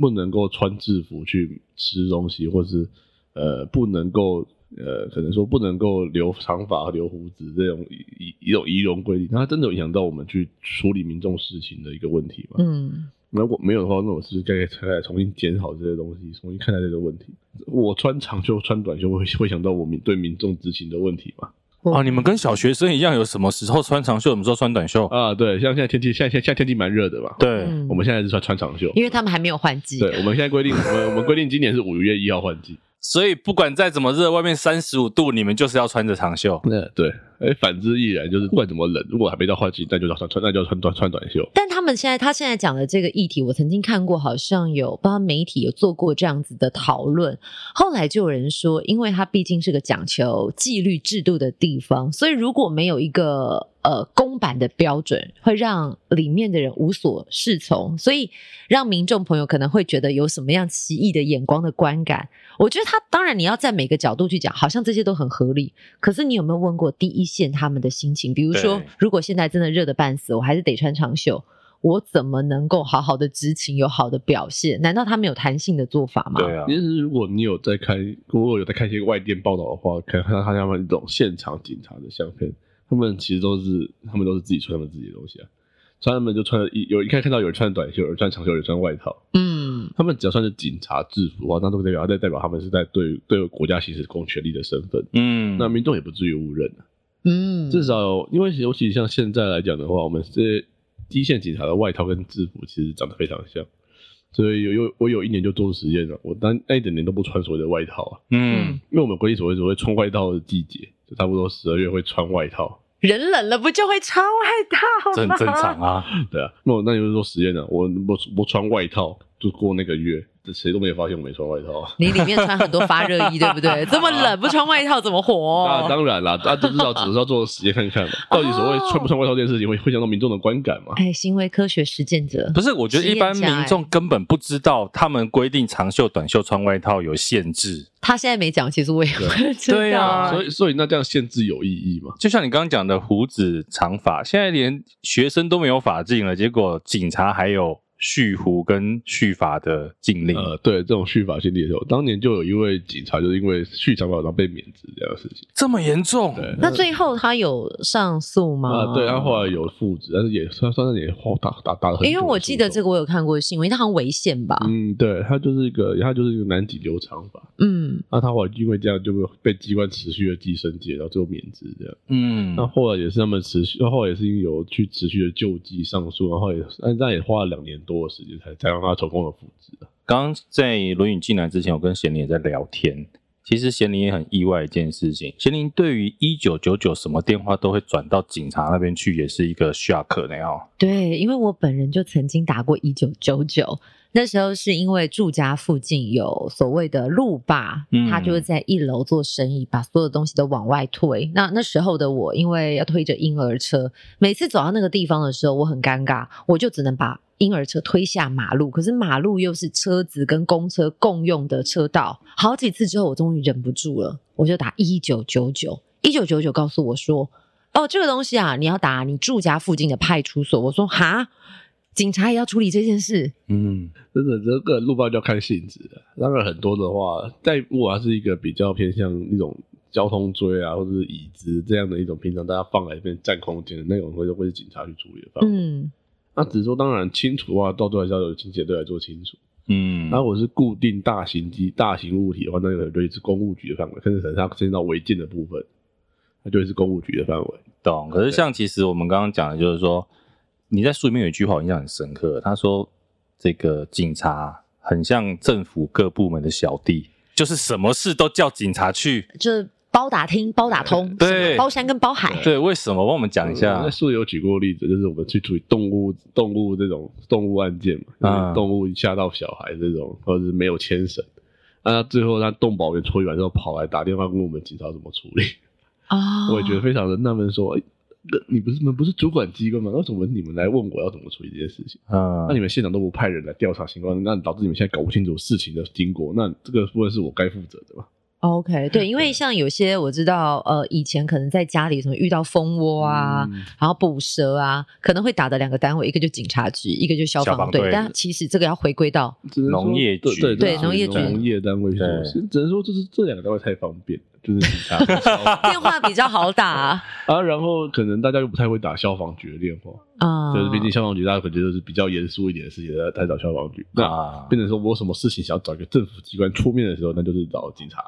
Speaker 2: 不能够穿制服去吃东西，或是呃不能够呃可能说不能够留长发、留胡子这种一一一种仪容规定，那它真的有影响到我们去处理民众事情的一个问题吗？
Speaker 1: 嗯，
Speaker 2: 如果没有的话，那我是不是该该重新检讨这些东西，重新看待这个问题？我穿长袖、穿短袖会会想到我民对民众执行的问题吗？
Speaker 3: 哦，你们跟小学生一样，有什么时候穿长袖，什么时候穿短袖？
Speaker 2: 啊，对，像现在天气，现在现在现在天气蛮热的嘛，
Speaker 3: 对，
Speaker 1: 嗯
Speaker 2: 我们现在是穿穿长袖，
Speaker 1: 因为他们还没有换季，
Speaker 2: 对，我们现在规定，我们我们规定今年是五月一号换季。
Speaker 3: 所以不管再怎么热，外面三十五度，你们就是要穿着长袖。
Speaker 2: 那对，哎，反之亦然，就是不管怎么冷，如果还没到换季，那就要穿穿，那就要穿短穿短袖。
Speaker 1: 但他们现在，他现在讲的这个议题，我曾经看过，好像有不知道媒体有做过这样子的讨论。后来就有人说，因为它毕竟是个讲求纪律制度的地方，所以如果没有一个呃公版的标准，会让里面的人无所适从，所以让民众朋友可能会觉得有什么样奇异的眼光的观感。我觉得他当然你要在每个角度去讲，好像这些都很合理，可是你有没有问过第一线他们的心情？比如说
Speaker 3: 对，
Speaker 1: 如果现在真的热得半死，我还是得穿长袖，我怎么能够好好的执勤，有好的表现？难道他们有弹性的做法吗？
Speaker 3: 对啊
Speaker 2: 其，实如果你有在看，如果有在看一些外电报道的话，可以看到他们这种现场警察的相片，他们其实都是他们都是自己穿他们自己的东西啊，穿他们就穿了一有一看看到有人穿短袖，有人穿长袖，有人穿外套，
Speaker 1: 嗯，
Speaker 2: 他们只要穿着警察制服的话，那都代表代代表他们是在对对国家行使公权力的身份，
Speaker 3: 嗯，
Speaker 2: 那民众也不至于误认啊。
Speaker 1: 嗯，
Speaker 2: 至少因为尤其像现在来讲的话，我们这些一线警察的外套跟制服其实长得非常像，所以有有我有一年就做实验了，我当那一整年都不穿所谓的外套啊，
Speaker 3: 嗯，
Speaker 2: 因为我们规定所谓所谓穿外套的季节，就差不多十二月会穿外套，
Speaker 1: 人冷了不就会穿外 套吗？
Speaker 3: 这很正常啊。
Speaker 2: 对啊，那我那就是做实验了，我我我穿外套就过那个月，这谁都没有发现我没穿外套啊。
Speaker 1: 你里面穿很多发热衣，对不对？这么冷不穿外套怎么
Speaker 2: 那
Speaker 1: 活？
Speaker 2: 当然啦，大家至少只是要做实验看看嘛，到底所谓穿不穿外套这件事情会会影响到民众的观感嘛？
Speaker 1: 哎，行为科学实践者
Speaker 3: 不是，我觉得一般
Speaker 1: 实验家
Speaker 3: 民众根本不知道他们规定长袖、短袖、穿外套有限制。
Speaker 1: 他现在没讲，其实我也会知道。
Speaker 3: 对啊
Speaker 2: 所以所以那这样限制有意义吗？
Speaker 3: 就像你刚刚讲的胡子、长发，现在连学生都没有发禁了，结果警察还有蓄胡跟蓄发的禁令。
Speaker 2: 呃，对，这种续法性猎手，当年就有一位警察就是因为续长法然后被免职这样的事情。
Speaker 3: 这么严重？
Speaker 2: 对，
Speaker 1: 那最后他有上诉吗？
Speaker 2: 啊，对，他后来有复职，但是也算算是也后打打打了很久。
Speaker 1: 因为我记得这
Speaker 2: 个，嗯
Speaker 1: 个我有看过新闻，他好像违宪吧？
Speaker 2: 嗯，对他就是一个，他就是一个男警留长发，
Speaker 1: 嗯
Speaker 2: 那他后来因为这样就被机关持续的寄生界，然后最后免职这样。
Speaker 3: 嗯
Speaker 2: 那后来也是他们持续，后来也是因为有去持续的救济上诉，然后也但但也花了两年多的时间才才让他成功的复职啊。
Speaker 3: 刚刚在轮椅进来之前，我跟贤玲也在聊天。其实贤玲也很意外一件事情，贤玲对于一九九九什么电话都会转到警察那边去，也是一个 shock 呢哦。
Speaker 1: 对，因为我本人就曾经打过一九九九，那时候是因为住家附近有所谓的路霸，
Speaker 3: 嗯
Speaker 1: 他就是在一楼做生意，把所有东西都往外推。那那时候的我，因为要推着婴儿车，每次走到那个地方的时候，我很尴尬，我就只能把婴儿车推下马路。可是马路又是车子跟公车共用的车道，好几次之后，我终于忍不住了，我就打一九九九，一九九九告诉我说。哦，这个东西啊，你要打你住家附近的派出所。我说哈，警察也要处理这件事。
Speaker 3: 嗯，
Speaker 2: 真的，这个路霸就要看性质了。当然，很多的话，在如果它是一个比较偏向那种交通锥啊，或者是椅子这样的一种，平常大家放来变占空间的那种，会会是警察去处理的范围。
Speaker 1: 嗯
Speaker 2: 那只是说，当然清除啊，到最后还是要由清洁队来做清除。
Speaker 3: 嗯，
Speaker 2: 那、如果是固定大型机、大型物体的话，那个就是公务局的范围，甚至可能它牵涉到违建的部分，那就会是公务局的范围。
Speaker 3: 懂。可是像其实我们刚刚讲的，就是说你在书里面有一句话我印象很深刻，他说这个警察很像政府各部门的小弟，就是什么事都叫警察去。
Speaker 1: 就是包打听、包打通，
Speaker 3: 对
Speaker 1: 是吗包山跟包海。
Speaker 3: 对，为什么？帮我们讲一
Speaker 2: 嗯
Speaker 3: 下
Speaker 2: 在。书里有举过例子，就是我们去处理动物动物这种动物案件嘛，就
Speaker 3: 啊
Speaker 2: 是动物吓到小孩这种，或者是没有牵绳，那最后让动保员处理完之后跑来打电话问我们警察怎么处理，
Speaker 1: 啊，
Speaker 2: 我也觉得非常的纳闷，说，哎、那你不是你们不是主管机关吗？为什么你们来问我要怎么处理这件事情？
Speaker 3: 嗯
Speaker 2: 那你们现场都不派人来调查情况，那导致你们现在搞不清楚事情的经过，那这个部分是我该负责的嘛？
Speaker 1: OK，对，因为像有些我知道，呃，以前可能在家里什么遇到蜂窝啊，
Speaker 2: 嗯
Speaker 1: 然后捕蛇啊，可能会打的两个单位，一个就警察局，一个就消
Speaker 3: 消防
Speaker 1: 队。
Speaker 3: 队
Speaker 1: 但其实这个要回归 到
Speaker 2: 只能说
Speaker 3: 农业
Speaker 2: 对
Speaker 3: 局
Speaker 2: 对
Speaker 1: 对
Speaker 2: 只能
Speaker 1: 农业
Speaker 2: 说
Speaker 1: 局
Speaker 2: 农业单位去做事，只能说就是这两个单位太方便，就是警察
Speaker 1: 电话比较好打啊，
Speaker 2: 啊，然后可能大家又不太会打消防局的电话，
Speaker 1: 啊
Speaker 2: 就是毕竟消防局大家可能就是比较严肃一点的事情，才才找消防局。那
Speaker 3: 啊，
Speaker 2: 变成说我有什么事情想要找一个政府机关出面的时候，那就是找警察。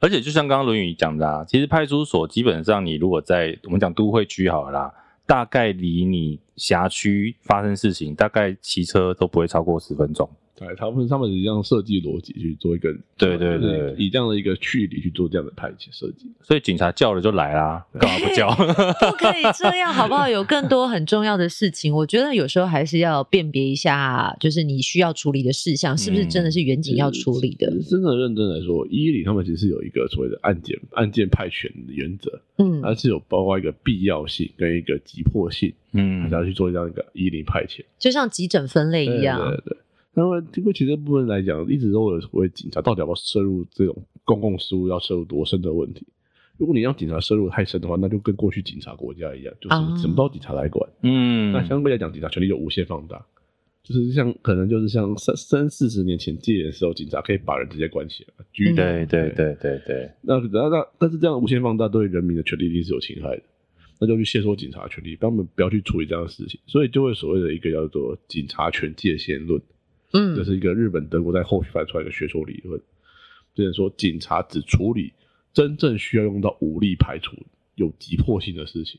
Speaker 3: 而且就像刚刚论语讲的啊，其实派出所基本上你如果在我们讲都会区好了啦，大概离你辖区发生事情，大概骑车都不会超过十分钟。
Speaker 2: 对，他们他们一样设计逻辑去做一个，
Speaker 3: 对对
Speaker 2: 就是
Speaker 3: 对
Speaker 2: 以这样的一个距离去做这样的派遣设计。
Speaker 3: 所以警察叫了就来啦，干嘛不 叫？
Speaker 1: 不可以这样，好不好？有更多很重要的事情，我觉得有时候还是要辨别一下，啊就是你需要处理的事项是不是真
Speaker 2: 嗯
Speaker 1: 的是远景要处理的
Speaker 2: 其。实真的认真来说，伊犁他们其实有一个所谓的案件案件派遣的原则，
Speaker 1: 嗯
Speaker 2: 它是有包括一个必要性跟一个急迫性，
Speaker 3: 嗯
Speaker 2: 然后去做这样一个伊犁派遣。
Speaker 1: 就像急诊分类一样
Speaker 2: 对，对对。那么，因为其实部分来讲，一直都有所谓警察到底要不要涉入这种公共事务，要涉入多深的问题。如果你让警察涉入太深的话，那就跟过去警察国家一样，就是
Speaker 1: 啊
Speaker 2: 什么都警察来管。
Speaker 3: 嗯
Speaker 2: 那相对来讲，警察权力就无限放大，就是像可能就是像三三四十年前戒严的时候，警察可以把人直接关起来拘
Speaker 1: 嗯
Speaker 2: 留。
Speaker 3: 对对对对对，
Speaker 2: 那那那但是这样无限放大对人民的权利一定是有侵害的，那就去限缩警察权利，让他们不要去处理这样的事情，所以就会所谓的一个叫做警察权界限论。这
Speaker 1: 嗯
Speaker 2: 是一个日本、德国在后续翻出来的学说理论，就是说警察只处理真正需要用到武力排除有急迫性的事情。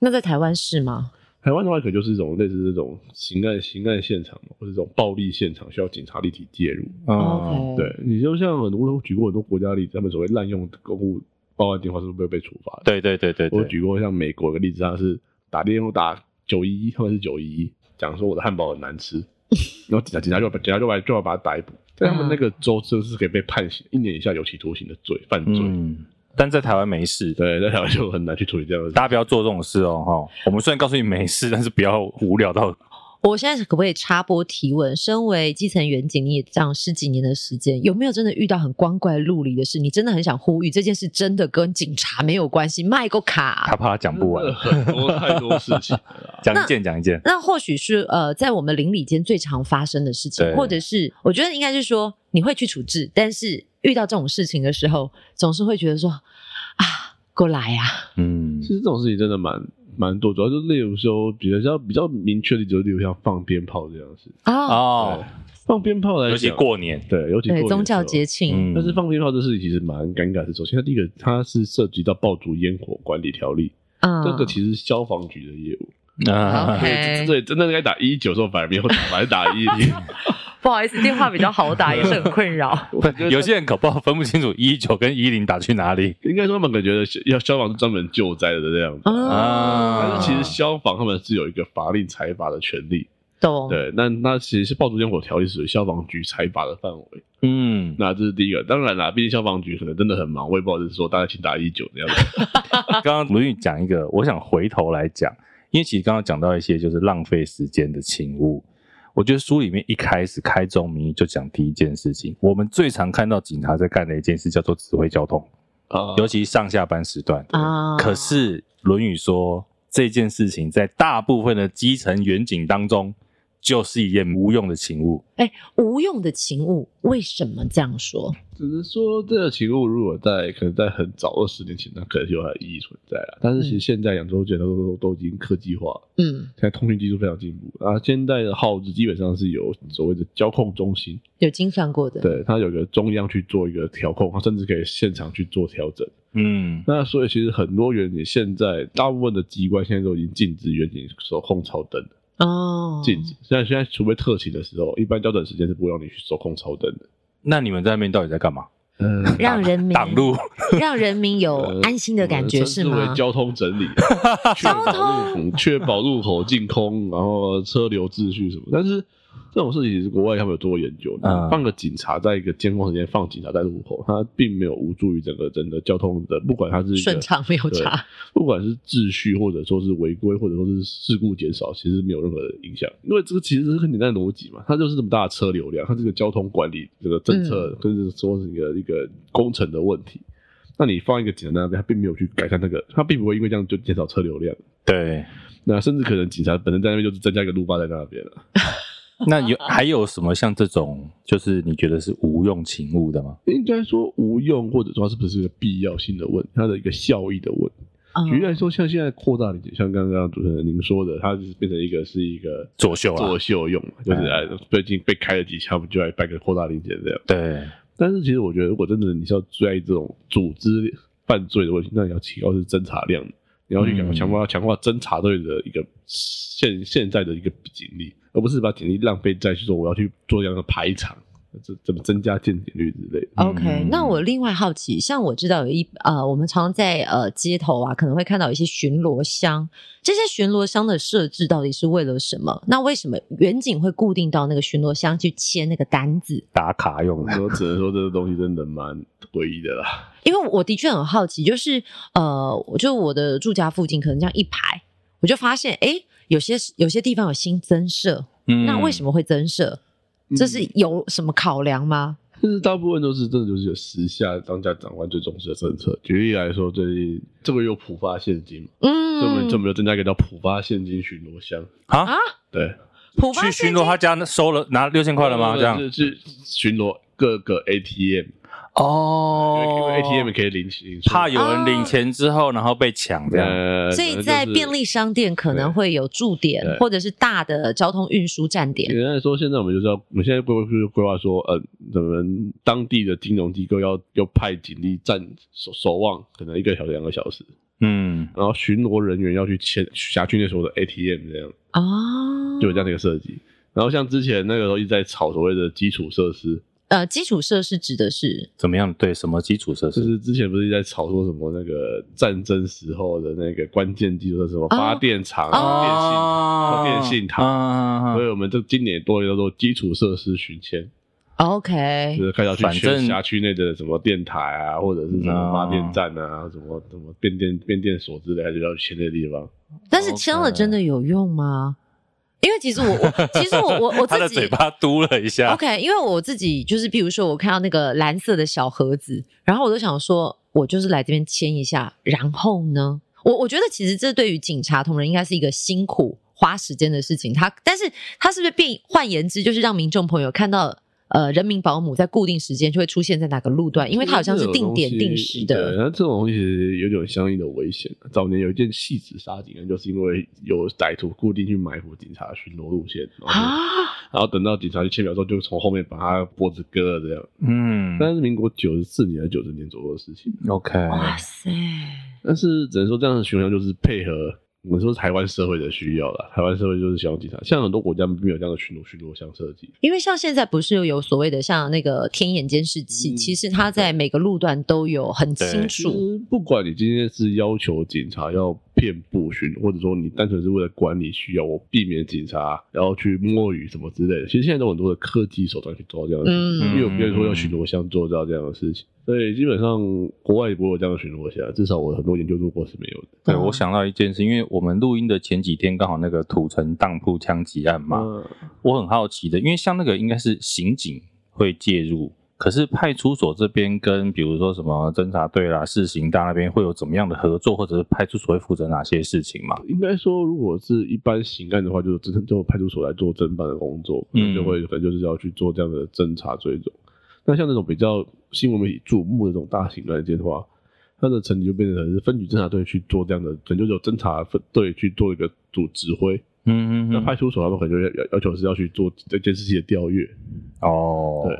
Speaker 1: 那在台湾是吗？
Speaker 2: 台湾的话，可能就是一种类似这种刑案、刑案现场或者这种暴力现场，需要警察立体介入。
Speaker 3: 嗯
Speaker 1: 哦 OK，
Speaker 2: 对你就像很多我举过很多国家例子，他们所谓滥用公务报案电话是不是被处罚的？
Speaker 3: 对对对对
Speaker 2: 我
Speaker 3: 对，
Speaker 2: 举过像美国的例子，他是打电话打九一一，他们是九一一，讲说我的汉堡很难吃，然后警察警察就把警察就把就要把他逮捕，但他
Speaker 3: 嗯
Speaker 2: 们那个州就是可以被判刑一年以下有期徒刑的罪犯罪，
Speaker 3: 嗯，但在台湾没事，
Speaker 2: 对，在台湾就很难去处理这样的事。
Speaker 3: 大家不要做这种事哦哈。我们虽然告诉你没事，但是不要无聊到
Speaker 1: 我现在可不可以插播提问？身为基层员警，你也这样十几年的时间，有没有真的遇到很光怪陆离的事？你真的很想呼吁这件事真的跟警察没有关系，卖个
Speaker 3: 他
Speaker 1: 卡。
Speaker 3: 怕他讲不完
Speaker 2: 真的，很多太多事情 了啦
Speaker 3: 讲一件讲一件，
Speaker 1: 那或许是呃，在我们邻里间最常发生的事情，
Speaker 3: 对
Speaker 1: 或者是我觉得应该是说你会去处置，但是遇到这种事情的时候，总是会觉得说啊，过来呀、
Speaker 3: 嗯
Speaker 2: 其实这种事情真的蛮蛮多，主要就例如说，比较比较明确的，就例如像放鞭炮这样的事。
Speaker 1: 啊，
Speaker 3: 哦，
Speaker 2: 放鞭炮来讲，
Speaker 3: 尤其过年，
Speaker 2: 对，尤其
Speaker 1: 对
Speaker 2: 过年的时候
Speaker 1: 宗教节庆，
Speaker 3: 嗯
Speaker 2: 但是放鞭炮这事情其实蛮尴尬的。首先，它第一个它是涉及到爆竹烟火管理条例，
Speaker 1: 嗯，
Speaker 2: 这个其实是消防局的业务。哎
Speaker 3: 啊
Speaker 1: OK
Speaker 2: 对，对，真的该打一九时候反而没有打，反而打一零。
Speaker 1: 不好意思，电话比较好打，也是很困 扰。
Speaker 3: 不有些人搞不好分不清楚一九跟一零打去哪里。
Speaker 2: 应该说他们感觉的消要消防是专门救灾的这样子。
Speaker 3: 啊
Speaker 2: 但是其
Speaker 1: 哦
Speaker 2: 实消防他们是有一个法令裁罚的权利，
Speaker 1: 懂，
Speaker 2: 对，那那其实是爆竹烟火条例属于消防局裁罚的范围，
Speaker 3: 嗯，
Speaker 2: 那这是第一个。当然啦，毕竟消防局可能真的很忙，我也不好意思说大家请打一九这样子。
Speaker 3: 刚刚鲁豫讲一个，我想回头来讲，因为其实刚刚讲到一些就是浪费时间的请勿。我觉得书里面一开始开宗明义就讲第一件事情，我们最常看到警察在干的一件事叫做指挥交通，
Speaker 2: 啊
Speaker 3: 尤其上下班时段。
Speaker 1: 啊
Speaker 3: 可是《论语》说这件事情在大部分的基层远景当中，就是一件无用的请勿。
Speaker 1: 哎，无用的情物，为什么这样说？
Speaker 2: 只能说这个情物如果在可能在很早二十年前，那可能有它的意义存在了。但是其实现在扬州卷都都都已经科技化了，
Speaker 1: 嗯，
Speaker 2: 现在通讯技术非常进步啊。现在的耗子基本上是有所谓的交控中心，
Speaker 1: 有精算过的，
Speaker 2: 对它有个中央去做一个调控，它甚至可以现场去做调整。
Speaker 3: 嗯，
Speaker 2: 那所以其实很多远景现在大部分的机关现在都已经禁止远景手控超灯了，
Speaker 1: 哦，
Speaker 2: 禁止。现在现在除非特勤的时候，一般交整时间是不让你去手控超灯的。
Speaker 3: 那你们在那边到底在干嘛？
Speaker 2: 嗯，
Speaker 1: 让人民
Speaker 3: 挡路，
Speaker 1: 让人民有
Speaker 2: 呃
Speaker 1: 安心的感觉是
Speaker 2: 我们称之
Speaker 1: 吗
Speaker 2: 为？交通 整理，确保路口确保路口净空，然后车流秩序什么。但是这种事情是国外他们有做过研究，
Speaker 3: 嗯
Speaker 2: 放个警察在一个监控时间放警察在路口，它并没有无助于整个整个交通的，不管它是一个
Speaker 1: 顺畅没有
Speaker 2: 对
Speaker 1: 差，
Speaker 2: 不管是秩序或者说是违规或者说是事故减少，其实没有任何的影响，因为这个其实是很简单的逻辑嘛，它就是这么大的车流量，它这个交通管理这个政策，甚至说是一个一个工程的问题。那你放一个警察在那边，他并没有去改善那个，他并不会因为这样就减少车流量。
Speaker 3: 对，
Speaker 2: 那甚至可能警察本身在那边就是增加一个路霸在那边了。
Speaker 3: 那有还有什么像这种，就是你觉得是无用请勿的吗？
Speaker 2: 应该说无用，或者说它是不是一个必要性的问题，它的一个效益的问题。
Speaker 1: 嗯
Speaker 2: 举例来说，像现在扩大理解，像刚刚主持人您说的，它就是变成一个是一个
Speaker 3: 作秀啊
Speaker 2: 作秀用嘛，就是
Speaker 3: 哎
Speaker 2: 哎，最近被开了几枪，我们就来办个扩大零检这样。
Speaker 3: 对，
Speaker 2: 但是其实我觉得，如果真的你是要追这种组织犯罪的问题，那你要提高是侦查量的，你要去
Speaker 3: 嗯
Speaker 2: 强强化强化侦查队的一个现现在的一个警力，而不是把警力浪费在去说我要去做这样的排场，这怎么增加见警率之类的。
Speaker 1: OK，
Speaker 3: 嗯
Speaker 1: 那我另外好奇，像我知道有一呃，我们常常在呃街头啊，可能会看到一些巡逻箱，这些巡逻箱的设置到底是为了什么？那为什么远景会固定到那个巡逻箱去签那个单子？
Speaker 3: 打卡用的。
Speaker 2: 我只能说这个东西真的蛮诡异的啦。
Speaker 1: 因为我的确很好奇，就是呃，我就我的住家附近可能这样一排，我就发现诶，有些有些地方有新增设，
Speaker 3: 嗯
Speaker 1: 那为什
Speaker 3: 么？
Speaker 1: 么会增设？这是
Speaker 2: 嗯
Speaker 1: 有什么考量吗？
Speaker 2: 就是大部分都是真的就是有时下当家长官最重视的政策。举例来说，最近这个有普发现金嘛，
Speaker 1: 嗯，
Speaker 2: 这我们这我们就增加一个叫普发现金巡逻箱
Speaker 3: 啊
Speaker 2: 对，
Speaker 1: 普发
Speaker 3: 去
Speaker 1: 现
Speaker 3: 巡
Speaker 1: 金
Speaker 3: 逻他家那收了拿六千块了吗？这样
Speaker 2: 是是巡逻各个 ATM，、因
Speaker 3: 哦
Speaker 2: 为 ATM 可以领取，
Speaker 3: 怕有人领钱之后然后被抢这样。
Speaker 2: 呃，
Speaker 1: 所以在便。利商店可能会有驻点
Speaker 2: 对
Speaker 1: 或者是大的交通运输站点。
Speaker 2: 简单来说，现在我们就是要，我们现在规划就是规划说，呃，我们当地的金融机构要要派警力站守守望，可能一个小时、两个小时，
Speaker 3: 嗯，
Speaker 2: 然后巡逻人员要去签辖区内所有的 ATM 这样。
Speaker 1: 哦，
Speaker 2: 就有这样的一个设计。然后像之前那个时候一直在炒所谓的基础设施，
Speaker 1: 呃，基础设施指的是
Speaker 3: 怎么样？对什么基础设
Speaker 2: 就
Speaker 3: 施？
Speaker 2: 是之前不是一直在炒作什么那个战争时候的那个关键基础设施，什么发电
Speaker 1: 啊
Speaker 2: 厂、
Speaker 3: 哦
Speaker 2: 电信、电信塔。
Speaker 3: 啊
Speaker 2: 所以我们这今年多一个叫做基础设施巡签，
Speaker 1: OK，
Speaker 2: 就是开始要去
Speaker 3: 哎反正哦
Speaker 2: 全辖区内的什么电台啊，或者是什么发电站啊，什么什么变电变电所之类的，就要去签这个地方。
Speaker 1: 但是签了
Speaker 3: OK
Speaker 1: 真的有用吗？因为其实我我其实我我我
Speaker 3: 他
Speaker 1: 自
Speaker 3: 的
Speaker 1: 己
Speaker 3: 嘴巴嘟了一下。
Speaker 1: OK，因为我自己就是，比如说我看到那个蓝色的小盒子，然后我就想说，我就是来这边签一下，然后呢，我我觉得其实这对于警察同仁应该是一个辛苦花时间的事情。他，但是他是不是变换言之，就是让民众朋友看到呃人民保姆在固定时间就会出现在哪个路段，因为它好像是定点定时
Speaker 2: 对
Speaker 1: 的。
Speaker 2: 那这种东西其实有点相应的危险。啊早年有一件戏子杀警案，就是因为有歹徒固定去埋伏警察巡逻路线，然后
Speaker 1: 啊，
Speaker 2: 然后等到警察去切表之后，就从后面把他脖子割了这样。
Speaker 3: 嗯
Speaker 2: 但是民国九十四年还是九十年左右的事情。
Speaker 3: ，OK，
Speaker 1: 哇塞，
Speaker 2: 但是只能说这样的巡逻就是配合我们说台湾社会的需要啦。台湾社会就是想要警察，像很多国家没有这样的巡逻巡逻箱设计。
Speaker 1: 因为像现在不是有所谓的像那个天眼监视器，
Speaker 2: 嗯
Speaker 1: 其实它在每个路段都有很清
Speaker 3: 对
Speaker 2: 其
Speaker 1: 楚。
Speaker 2: 实不管你今天是要求警察要遍布巡，或者说你单纯是为了管理需要，我避免警察然后去摸鱼什么之类的。其实现在都有很多的科技手段去做到这样的事情，
Speaker 1: 嗯
Speaker 2: 因为我没有说要巡逻箱做到这样的事情，所以基本上国外也不会有这样的巡逻箱，至少我很多研究做过是没有的。
Speaker 3: 对
Speaker 1: 嗯
Speaker 3: 我想到一件事，因为我们录音的前几天刚好那个土城当铺枪击案嘛，
Speaker 2: 嗯
Speaker 3: 我很好奇的，因为像那个应该是刑警会介入，可是派出所这边跟比如说什么侦查队啦、市刑大那边会有怎么样的合作，或者是派出所会负责哪些事情嘛？
Speaker 2: 应该说，如果是一般刑案的话，就是真正就派出所来做侦办的工作，
Speaker 3: 嗯
Speaker 2: 就会可能就是要去做这样的侦查追踪。那像那种比较新闻媒体瞩目的这种大型案件的话，它的成绩就变成可能是分局侦查队去做这样的，可能就是有侦查分队去做一个组指挥。
Speaker 3: 嗯
Speaker 2: 那派出所他们可能就要要要求是要去做这监视器的调阅，
Speaker 3: 哦，
Speaker 2: 对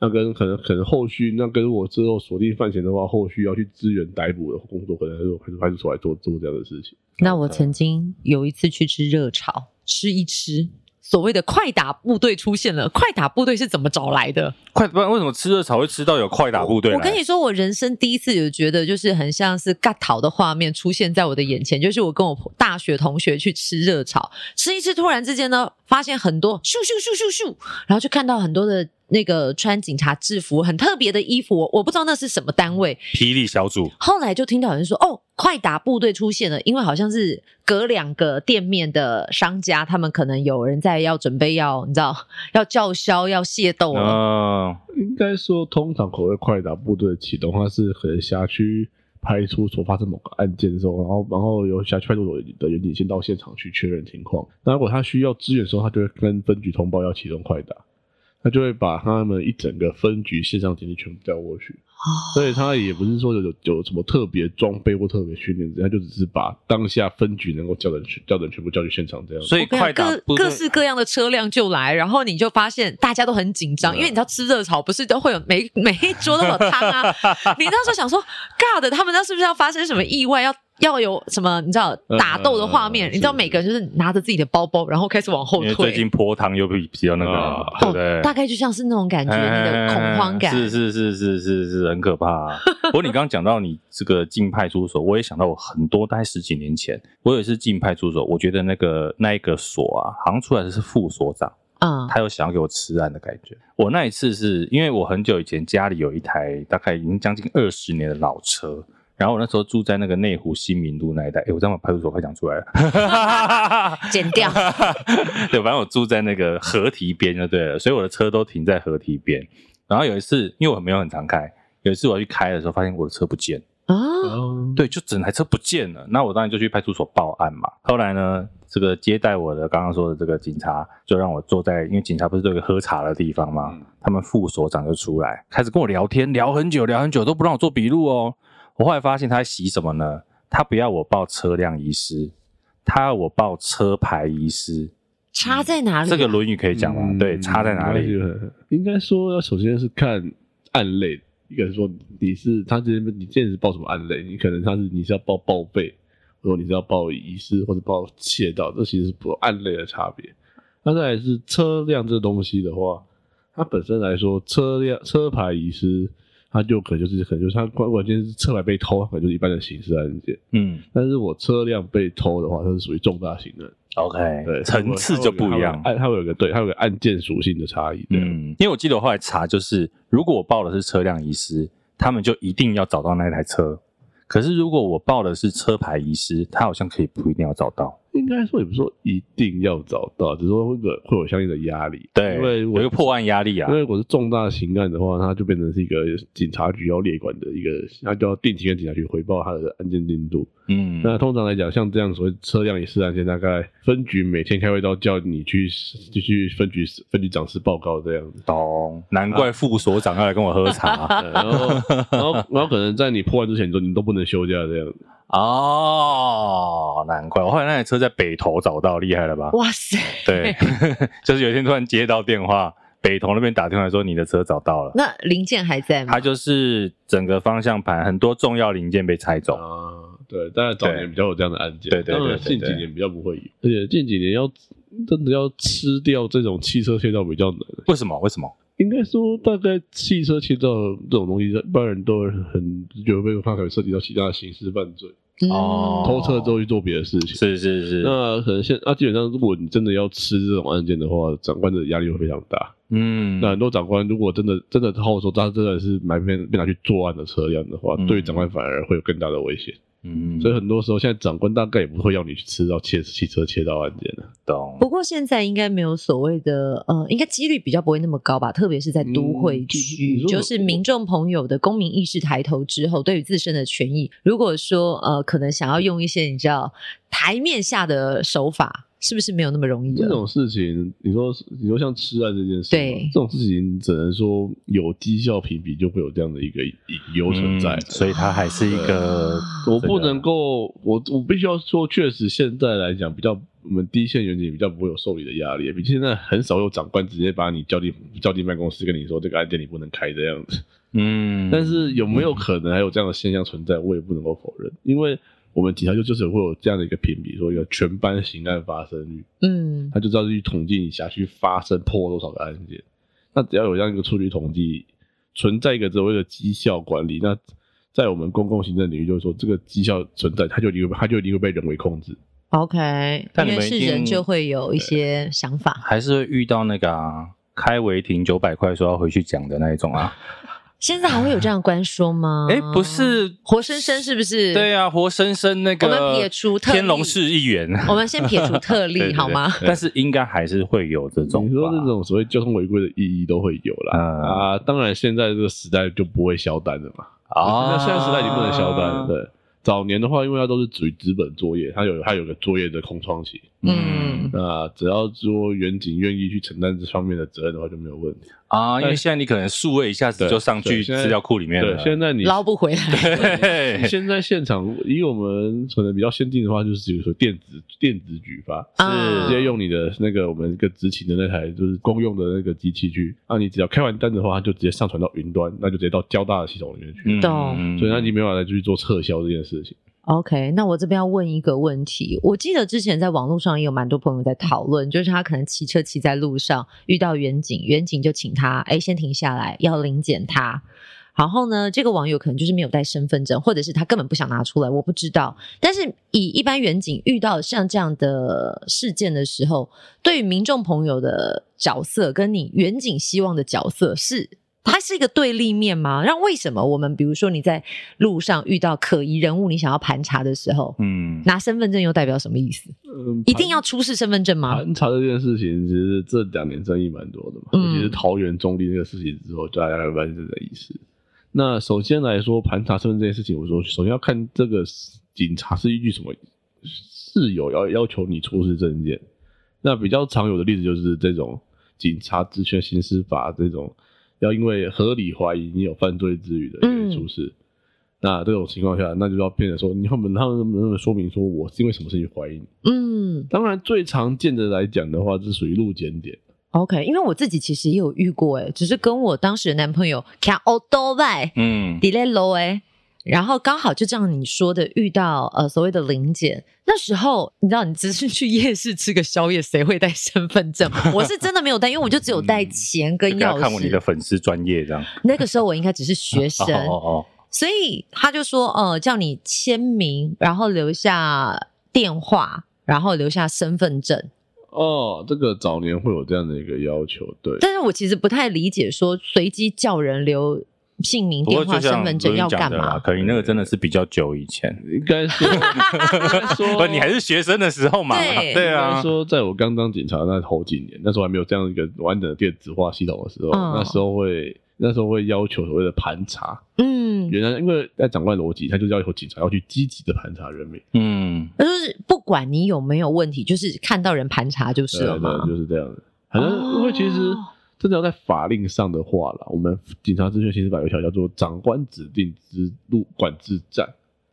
Speaker 2: 那跟可能可能后续那跟我之后锁定犯嫌的话，后续要去支援逮捕的工作，可能还是由派出派出所来做做这样的事情。
Speaker 1: 那我曾经有一次去吃热炒，吃一吃，所谓的快打部队出现了。快打部队是怎么找来的？
Speaker 3: 快不然为什么吃热炒会吃到有快打部队
Speaker 1: 我
Speaker 3: 来？
Speaker 1: 跟你说，我人生第一次有觉得，就是很像是尬讨的画面出现在我的眼前。就是我跟我大学同学去吃热炒，吃一吃，突然之间呢，发现很多咻咻咻咻咻，然后就看到很多的那个穿警察制服、很特别的衣服，我我不知道那是什么单位，
Speaker 3: 霹雳小组，
Speaker 1: 后来就听到有人说，哦，快打部队出现了，因为好像是隔两个店面的商家，他们可能有人在要准备要，你知道， 要叫嚣要械斗了。哦
Speaker 3: 嗯，
Speaker 2: 应该说，通常口味快打部队的启动，它是可能辖区派出所发生某个案件的时候，然后然后由辖区派出所的员警先到现场去确认情况。那如果他需要支援的时候，他就会跟分局通报要启动快打，他就会把他们一整个分局线上警力全部调过去。
Speaker 1: 哦
Speaker 2: 所以他也不是说有有有什么特别装备或特别训练，他就只是把当下分局能够叫的人去叫的人全部叫去现场这样子。
Speaker 3: 所以
Speaker 1: 我跟你
Speaker 3: 快
Speaker 1: 讲
Speaker 3: 打
Speaker 1: 各
Speaker 3: 部队
Speaker 1: 各式各样的车辆就来，然后你就发现大家都很紧张，
Speaker 2: 对啊
Speaker 1: 因为你知道吃热炒不是都会有 每每一桌都有汤 啊，你那时候想说，God，他们那是不是要发生什么意外，要要有什么你知道
Speaker 2: 嗯
Speaker 1: 打斗的画面？
Speaker 2: 嗯嗯
Speaker 1: 你知道
Speaker 2: 是
Speaker 1: 每个人就是拿着自己的包包，然后开始往后
Speaker 3: 因为
Speaker 1: 退哦
Speaker 3: 最。近泼汤又比比较那个，
Speaker 2: 啊
Speaker 3: 对不对？
Speaker 1: 大概就像是那种感觉，
Speaker 3: 哎
Speaker 1: 你的恐慌感。
Speaker 3: 是是是是是是很可怕、啊不过你刚刚讲到你这个进派出所，我也想到我很多大概十几年前，我也是进派出所，我觉得那个那一个所啊，好像出来的是副所长，
Speaker 1: 嗯
Speaker 3: 他有想要给我吃案的感觉。我那一次是因为我很久以前家里有一台大概已经将近二十年的老车。然后我那时候住在那个内湖新民路那一带，哎，我这样把派出所快讲出来了，
Speaker 1: 剪掉
Speaker 3: 对，反正我住在那个河堤边就对了，所以我的车都停在河堤边。然后有一次，因为我没有很常开，有一次我去开的时候，发现我的车不见了，嗯
Speaker 1: 啊，
Speaker 2: 哦，
Speaker 3: 对，就整台车不见了。那我当然就去派出所报案嘛。后来呢，这个接待我的刚刚说的这个警察，就让我坐在，因为警察不是都有一个喝茶的地方嘛
Speaker 2: 嗯，
Speaker 3: 他们副所长就出来，开始跟我聊天，聊很久，聊很久都不让我做笔录哦。我后来发现他在洗什么呢？他不要我报车辆遗失，他要我报车牌遗失。
Speaker 1: 差在哪里啊？
Speaker 3: 这个《论语》可以讲吗？
Speaker 2: 嗯
Speaker 3: 对，差在哪？
Speaker 2: 没
Speaker 3: 里？
Speaker 2: 关系呃应该说，首先是看案类，一个是说你是他这边你现在是报什么案类，你可能他是你是要报报备，或者你是要报遗失或者报窃盗，这其实是不案类的差别。那再来是车辆这东西的话，它本身来说，车辆车牌遗失，它就可能就是可能就是它关关键是车牌被偷，可能就是一般的刑事案件。
Speaker 3: 嗯
Speaker 2: 但是我车辆被偷的话，它是属于重大刑案。对，
Speaker 3: ，OK，层次就不一样。
Speaker 2: 按它会有个对，它有个按键属性的差异。对，啊
Speaker 3: 嗯，因为我记得我后来查，就是如果我报的是车辆遗失，他们就一定要找到那台车。可是如果我报的是车牌遗失，他好像可以不一定要找到。
Speaker 2: 应该说也不是说一定要找到，只是说会有会有相应的压力。
Speaker 3: 对，
Speaker 2: 因为
Speaker 3: 有
Speaker 2: 我
Speaker 3: 一个破案压力啊
Speaker 2: 因。为我是重大刑案的话，它就变成是一个警察局要列管的一个，它就要定期跟警察局回报它的案件进度。
Speaker 3: 嗯，。
Speaker 2: 那通常来讲，像这样所谓车辆遗失案件，大概分局每天开会都叫你去就去分局分局长室报告这样子
Speaker 3: 懂，难怪副所长要来跟我喝茶
Speaker 2: 对然后，然后，然后可能在你破案之前，你都你都不能休假这样子。
Speaker 3: 哦，难怪我后来那台车在北投找到，厉害了 吧？
Speaker 1: 哇塞，
Speaker 3: 对， 就是有一天突然接到电话，北投那边打电话说你的车找到了，
Speaker 1: 那零件还在吗
Speaker 3: 它？就是整个方向盘很多重要零件被拆走，
Speaker 2: 啊，对，当然早
Speaker 3: 对
Speaker 2: 年比较有这样的案件，
Speaker 3: 对对对
Speaker 2: 当然
Speaker 3: 对对
Speaker 2: 近几年比较不会有，而且近几年要真的要吃掉这种汽车隧道比较难。
Speaker 3: 为什么？为什么？
Speaker 2: 应该说，大概汽车窃盗这种东西，一般人都很觉得被他可能涉及到其他的刑事犯罪，
Speaker 1: 嗯
Speaker 3: 哦
Speaker 2: 偷车之后去做别的事情。
Speaker 3: 是是是，
Speaker 2: 那可能现啊，基本上如果你真的要吃这种案件的话，长官的压力会非常大。
Speaker 3: 嗯，
Speaker 2: 那很多长官如果真的真的后说他真的是买被被拿去作案的车辆的话，
Speaker 3: 嗯
Speaker 2: 对于长官反而会有更大的危险。
Speaker 3: 嗯，
Speaker 2: 所以很多时候，现在长官大概也不会要你去吃到窃汽车窃盗案件啊了。
Speaker 3: 懂
Speaker 1: 不过现在应该没有所谓的，呃，应该几率比较不会那么高吧，特别是在都会
Speaker 2: 嗯你
Speaker 1: 区，
Speaker 2: 说
Speaker 1: 就是民众朋友的公民意识抬头之后，对于自身的权益，如果说呃，可能想要用一些你知道台面下的手法，是不是没有那么
Speaker 3: 啊
Speaker 1: 容易
Speaker 2: 这
Speaker 1: 了？
Speaker 2: 种事情，你说你说像吃案这件事，
Speaker 1: 对
Speaker 2: 这种事情只能说有绩效评比就会有这样的一个隐忧存在。
Speaker 3: 嗯所以它啊还是一个
Speaker 1: 啊
Speaker 2: 我不能够，我我必须要说，确实现在来讲，比较我们第一线员警比较不会有受理的压力，比现在很少有长官直接把你叫进叫进办公室跟你说这个案件你不能开这样子。
Speaker 3: 嗯，
Speaker 2: 但是有没有可能还有这样的现象存在，我也不能够否认，因为我们警察就就是会有这样的一个评比，说一个全班刑案发生率，
Speaker 1: 嗯，
Speaker 2: 他就知道去统计你辖区发生破多少个案件。那只要有这样一个数据统计，存在一个所谓的绩效管理，那在我们公共行政领域，就是说这个绩效存在，它就一定会它就一定会被人为控制。
Speaker 1: OK，
Speaker 3: 但
Speaker 1: 因
Speaker 3: 你
Speaker 1: 为
Speaker 3: 们
Speaker 1: 是
Speaker 3: 一定
Speaker 1: 人就会有一些想法。
Speaker 3: 还是会遇到那个啊，开违停九百块说要回去讲的那一种啊。
Speaker 1: 现在还会有这样的官说吗？
Speaker 3: 哎、不，是，
Speaker 1: 哦活生生是不是？
Speaker 3: 对啊，活生生那个
Speaker 1: 我们撇除特例
Speaker 3: 天龙市议员，
Speaker 1: 我们先撇除 特例
Speaker 3: 对对对
Speaker 1: 好吗？
Speaker 3: 但是应该还是会有这种吧，
Speaker 2: 你说这种所谓交通违规的意义都会有啦。
Speaker 3: 嗯
Speaker 2: 啊，当然现在这个时代就不会销单了嘛。
Speaker 3: 啊，
Speaker 2: 那现在时代已经不能销单
Speaker 1: 哦
Speaker 2: 了。
Speaker 3: 了，
Speaker 2: 对，早年的话，因为它都是属于资本作业，它有它有个作业的空窗期。
Speaker 1: 嗯，
Speaker 2: 那只要说远景愿意去承担这方面的责任的话，就没有问题。
Speaker 3: 啊，因为
Speaker 2: 对
Speaker 3: 现在你可能数位一下子
Speaker 2: 哎对
Speaker 3: 就上去
Speaker 2: 对现在
Speaker 3: 资料库里面
Speaker 2: 对
Speaker 3: 了，，
Speaker 2: 现在你
Speaker 1: 捞不回来。
Speaker 3: 对
Speaker 2: 现在现场，以我们可能比较先进的话，就是比如说电子电子举发，
Speaker 1: 啊
Speaker 2: 直接用你的那个我们一个执勤的那台就是公用的那个机器去，那你只要开完单的话，它就直接上传到云端，那就直接到交大的系统里面去，
Speaker 3: 嗯
Speaker 1: 懂
Speaker 2: 所以它已经没有办法再去做撤销这件事情。
Speaker 1: OK，那我这边要问一个问题。我记得之前在网络上也有蛮多朋友在讨论，就是他可能骑车骑在路上遇到远景，远景就请他哎先停下来，要临检他。然后呢，这个网友可能就是没有带身份证，或者是他根本不想拿出来，我不知道。但是以一般远景遇到像这样的事件的时候，对于民众朋友的角色跟你远景希望的角色是，它是一个对立面吗？让为什么我们比如说你在路上遇到可疑人物，你想要盘查的时候，
Speaker 3: 嗯，
Speaker 1: 拿身份证又代表什么意思？
Speaker 2: 嗯，
Speaker 1: 一定要出示身份证吗？
Speaker 2: 盘查这件事情，其实这两年争议蛮多的嘛，
Speaker 1: 嗯
Speaker 2: 尤其是桃园中立那个事情之后，大家来关注的意思。那首先来说，盘查身份这件事情，我说首先要看这个警察是依据什么事由要要求你出示证件。那比较常有的例子就是这种警察职权行使法这种，要因为合理怀疑你有犯罪之余的
Speaker 1: 嗯
Speaker 2: 一个出示。那这种情况下，那就要变成说，你他们他们能不能说明说我是因为什么事情怀疑你？
Speaker 1: 嗯
Speaker 2: 当然，最常见的来讲的话，是属于路检点。
Speaker 1: ，OK，因为我自己其实也有遇过、欸，只是跟我当时的男朋友看欧多拜
Speaker 3: 嗯
Speaker 1: delay low 哎。然后刚好就这样你说的遇到呃所谓的零检，那时候你知道你只是去夜市吃个宵夜，谁会带身份证？我是真的没有带，因为我就只
Speaker 3: 嗯
Speaker 1: 有带钱跟
Speaker 3: 就给他
Speaker 1: 钥
Speaker 3: 看我你的
Speaker 1: 匙。
Speaker 3: 粉丝专业这样，
Speaker 1: 那个时候我应该只是学生，
Speaker 3: 哦哦
Speaker 1: 所以他就说，呃，叫你签名，然后留下电话，然后留下身份证。
Speaker 2: 哦，这个早年会有这样的一个要求，对，
Speaker 1: 但是我其实不太理解，说随机叫人留姓名、
Speaker 3: 不
Speaker 1: 电
Speaker 3: 过
Speaker 1: 话、
Speaker 3: 就
Speaker 1: 身
Speaker 3: 像
Speaker 1: 份证
Speaker 3: 卢
Speaker 1: 要
Speaker 3: 云讲
Speaker 1: 干
Speaker 3: 的啦，
Speaker 1: 嘛？
Speaker 3: 可以那个真的是比较久以前，
Speaker 2: 应该 说，应该
Speaker 3: 不，
Speaker 2: 说
Speaker 3: 你还是学生的时候嘛，
Speaker 1: 对
Speaker 3: 对
Speaker 2: 应
Speaker 3: 啊
Speaker 2: 该，说，在我刚当警察那头几年，那时候还没有这样一个完整的电子化系统的时候，
Speaker 1: 嗯
Speaker 2: 那时候会那时候会要求所谓的盘查。
Speaker 1: 嗯，
Speaker 2: 原来因为在长官逻辑，他就要求警察要去积极的盘查人民，
Speaker 3: 嗯，
Speaker 1: 就是不管你有没有问题，就是看到人盘查就是
Speaker 3: 啊
Speaker 1: 了
Speaker 2: 对
Speaker 1: 嘛
Speaker 2: 对，。就是这样的。好像
Speaker 3: 哦
Speaker 2: 因为其实真的要在法令上的话啦，我们警察职权行使法有一条叫做“长官指定之路管制站”，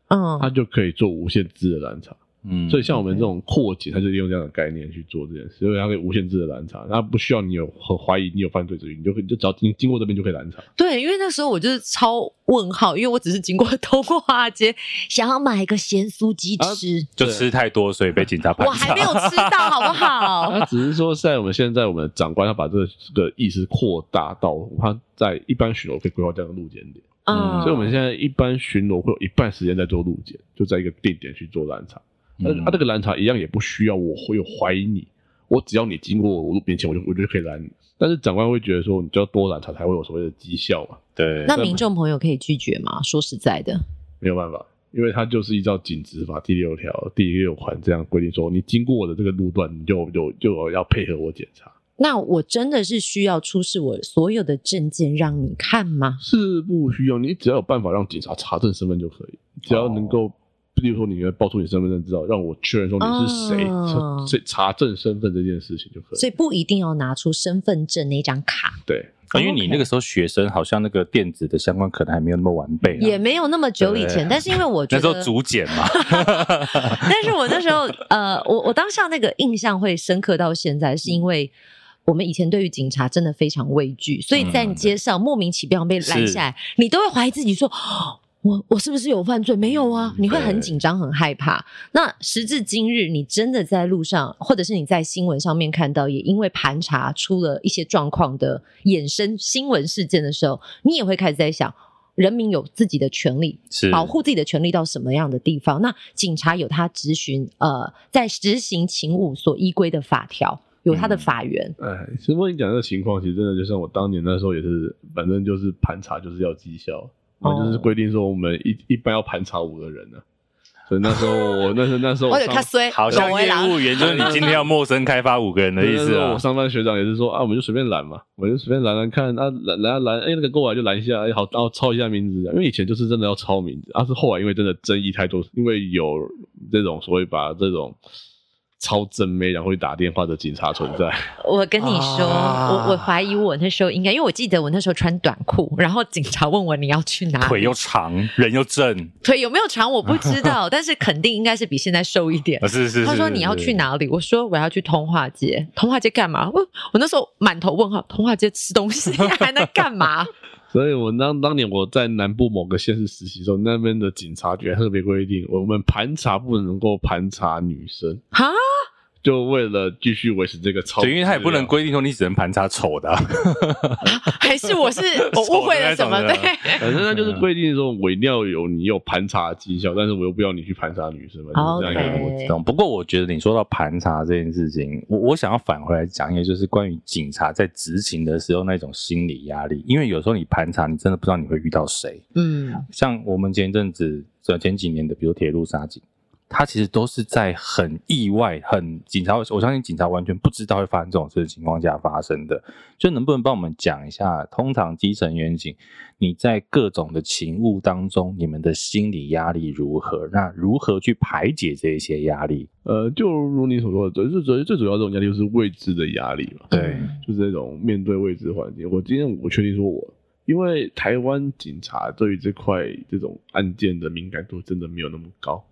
Speaker 1: 嗯
Speaker 2: 它就可以做无限制的拦查。
Speaker 3: 嗯，
Speaker 2: 所以像我们这种扩警，它就是利用这样的概念去做这件事，所以它可以无限制的拦查，它不需要你有很怀疑你有犯罪之余，你就可以你就只要经经过这边就可以拦查。
Speaker 1: 对，因为那时候我就是超问号，因为我只是经过通化街，想要买一个咸酥鸡
Speaker 2: 啊
Speaker 1: 吃，
Speaker 3: 就吃太多，所以被警察盘
Speaker 1: 我还
Speaker 3: 查
Speaker 1: 没。有吃到，好不好？ 嗯
Speaker 2: 它只是说，在我们现在我们的长官他把这个这个意识扩大到他在一般巡逻可以规划这样的路检点，
Speaker 1: 嗯，
Speaker 2: 所以我们现在一般巡逻会有一半时间在做路检，就在一个定点去做拦查。那
Speaker 3: 嗯
Speaker 2: 呃啊他这个拦查一样也不需要我会有怀疑你，我只要你经过我路面前，我就我就可以拦你。但是长官会觉得说，你就要多拦查才会有所谓的绩效嘛。
Speaker 3: 对，啊
Speaker 1: 那民众朋友可以拒绝吗？说实在的，
Speaker 2: 没有办法，因为它就是依照《警职法》第六条第六款这样规定说，你经过我的这个路段，你就有就有要配合我检查，
Speaker 1: 那我真的是需要出示我所有的证件让你看吗？
Speaker 2: 是不需要，你只要有办法让警察查证身份就可以，只要能够。比如说，你要报出你身份证资料，让我确认说你是谁，
Speaker 1: 哦
Speaker 2: 这、这查证身份这件事情就可以。
Speaker 1: 所以不一定要拿出身份证那张卡，
Speaker 2: 对，
Speaker 3: 因为你那个时候学生，好像那个电子的相关可能还没有那么完备啊，
Speaker 1: 也没有那么久以前
Speaker 3: 对。
Speaker 1: 但是因为我觉
Speaker 3: 那时
Speaker 1: 得
Speaker 3: 候竹简嘛，
Speaker 1: 但是我那时候，呃，我我当下那个印象会深刻到现在，是因为我们以前对于警察真的非常畏惧，所以在
Speaker 3: 嗯嗯
Speaker 1: 街上莫名其妙被拦下来，你都会怀疑自己说。哦我我是不是有犯罪？没有啊，你会很
Speaker 3: 嗯对
Speaker 1: 紧张、很害怕。那时至今日，你真的在路上，或者是你在新闻上面看到，也因为盘查出了一些状况的衍生新闻事件的时候，你也会开始在想，人民有自己的权利，
Speaker 3: 是
Speaker 1: 保护自己的权利到什么样的地方？那警察有他执行呃，在执行勤务所依规的法条，有他的
Speaker 3: 嗯
Speaker 1: 法源。
Speaker 2: 哎，其实我跟你讲这个情况，其实真的就像我当年那时候也是，反正就是盘查就是要绩效，我们就是规定说我们一一般要盘查五个人呢、啊所以那时候我那时候那时候我上
Speaker 1: 衰
Speaker 3: 好像业务员就是你今天要陌生开发五个人的意
Speaker 2: 那时
Speaker 3: 思
Speaker 2: 候
Speaker 3: 啊
Speaker 2: 我。上班学长也是说啊，我们就随便拦嘛，我就随便拦拦看啊，拦拦啊拦，哎、那个过来就拦一下，哎、好，然后抄一下名字，因为以前就是真的要抄名字，而、啊、是后来因为真的争议太多，因为有这种所谓把这种超真妹然后会打电话的警察存在，
Speaker 1: 我跟你说，
Speaker 3: 啊
Speaker 1: 我我怀疑我那时候应该，因为我记得我那时候穿短裤， 然后警察问我你要去哪里，
Speaker 3: 腿又长，人又正，
Speaker 1: 腿有没有长我不知 道，但是肯定应该是比现在瘦一点
Speaker 3: 啊。是是是。
Speaker 1: 他说
Speaker 3: 是
Speaker 1: 你要去？哪里？我说我要去通化街。通化街干嘛？我我那时候满头问号，通化街吃东西 还能干嘛？
Speaker 2: 所以我当当年我在南部某个县市实习的时候，那边的警察局还特别规定，我们盘查不能够盘查女生，
Speaker 1: 啊？
Speaker 2: 就为了继续维持这个超，
Speaker 3: 对，因为他也不
Speaker 2: 啊
Speaker 3: 能。规定说你只能盘查丑的啊，
Speaker 1: 还是我是我误会了什么？
Speaker 3: 丑的那种
Speaker 1: 对
Speaker 3: 的，
Speaker 2: 反正他就是规定说，我一定要有你有盘查的绩效，但是我又不要你去盘查女生嘛，
Speaker 3: 哦
Speaker 2: 就是这样一个逻辑。
Speaker 3: 我懂。不过我觉得你说到盘查这件事情，我我想要返回来讲一个，就是关于警察在执勤的时候那种心理压力，因为有时候你盘查，你真的不知道你会遇到谁。
Speaker 1: 嗯，
Speaker 3: 像我们前一阵子呃前几年的，比如铁路杀警，他其实都是在很意外、很警察，我相信警察完全不知道会发生这种事的情况下发生的。就能不能帮我们讲一下，通常基层员警你在各种的勤务当中，你们的心理压力如何？那如何去排解这一些压力？
Speaker 2: 呃，就如你所说的，最最最主要这种压力就是未知的压力嘛。
Speaker 3: 对
Speaker 2: 就是那种面对未知环境。我今天我确定说我，因为台湾警察对于这块这种案件的敏感度真的没有那么高，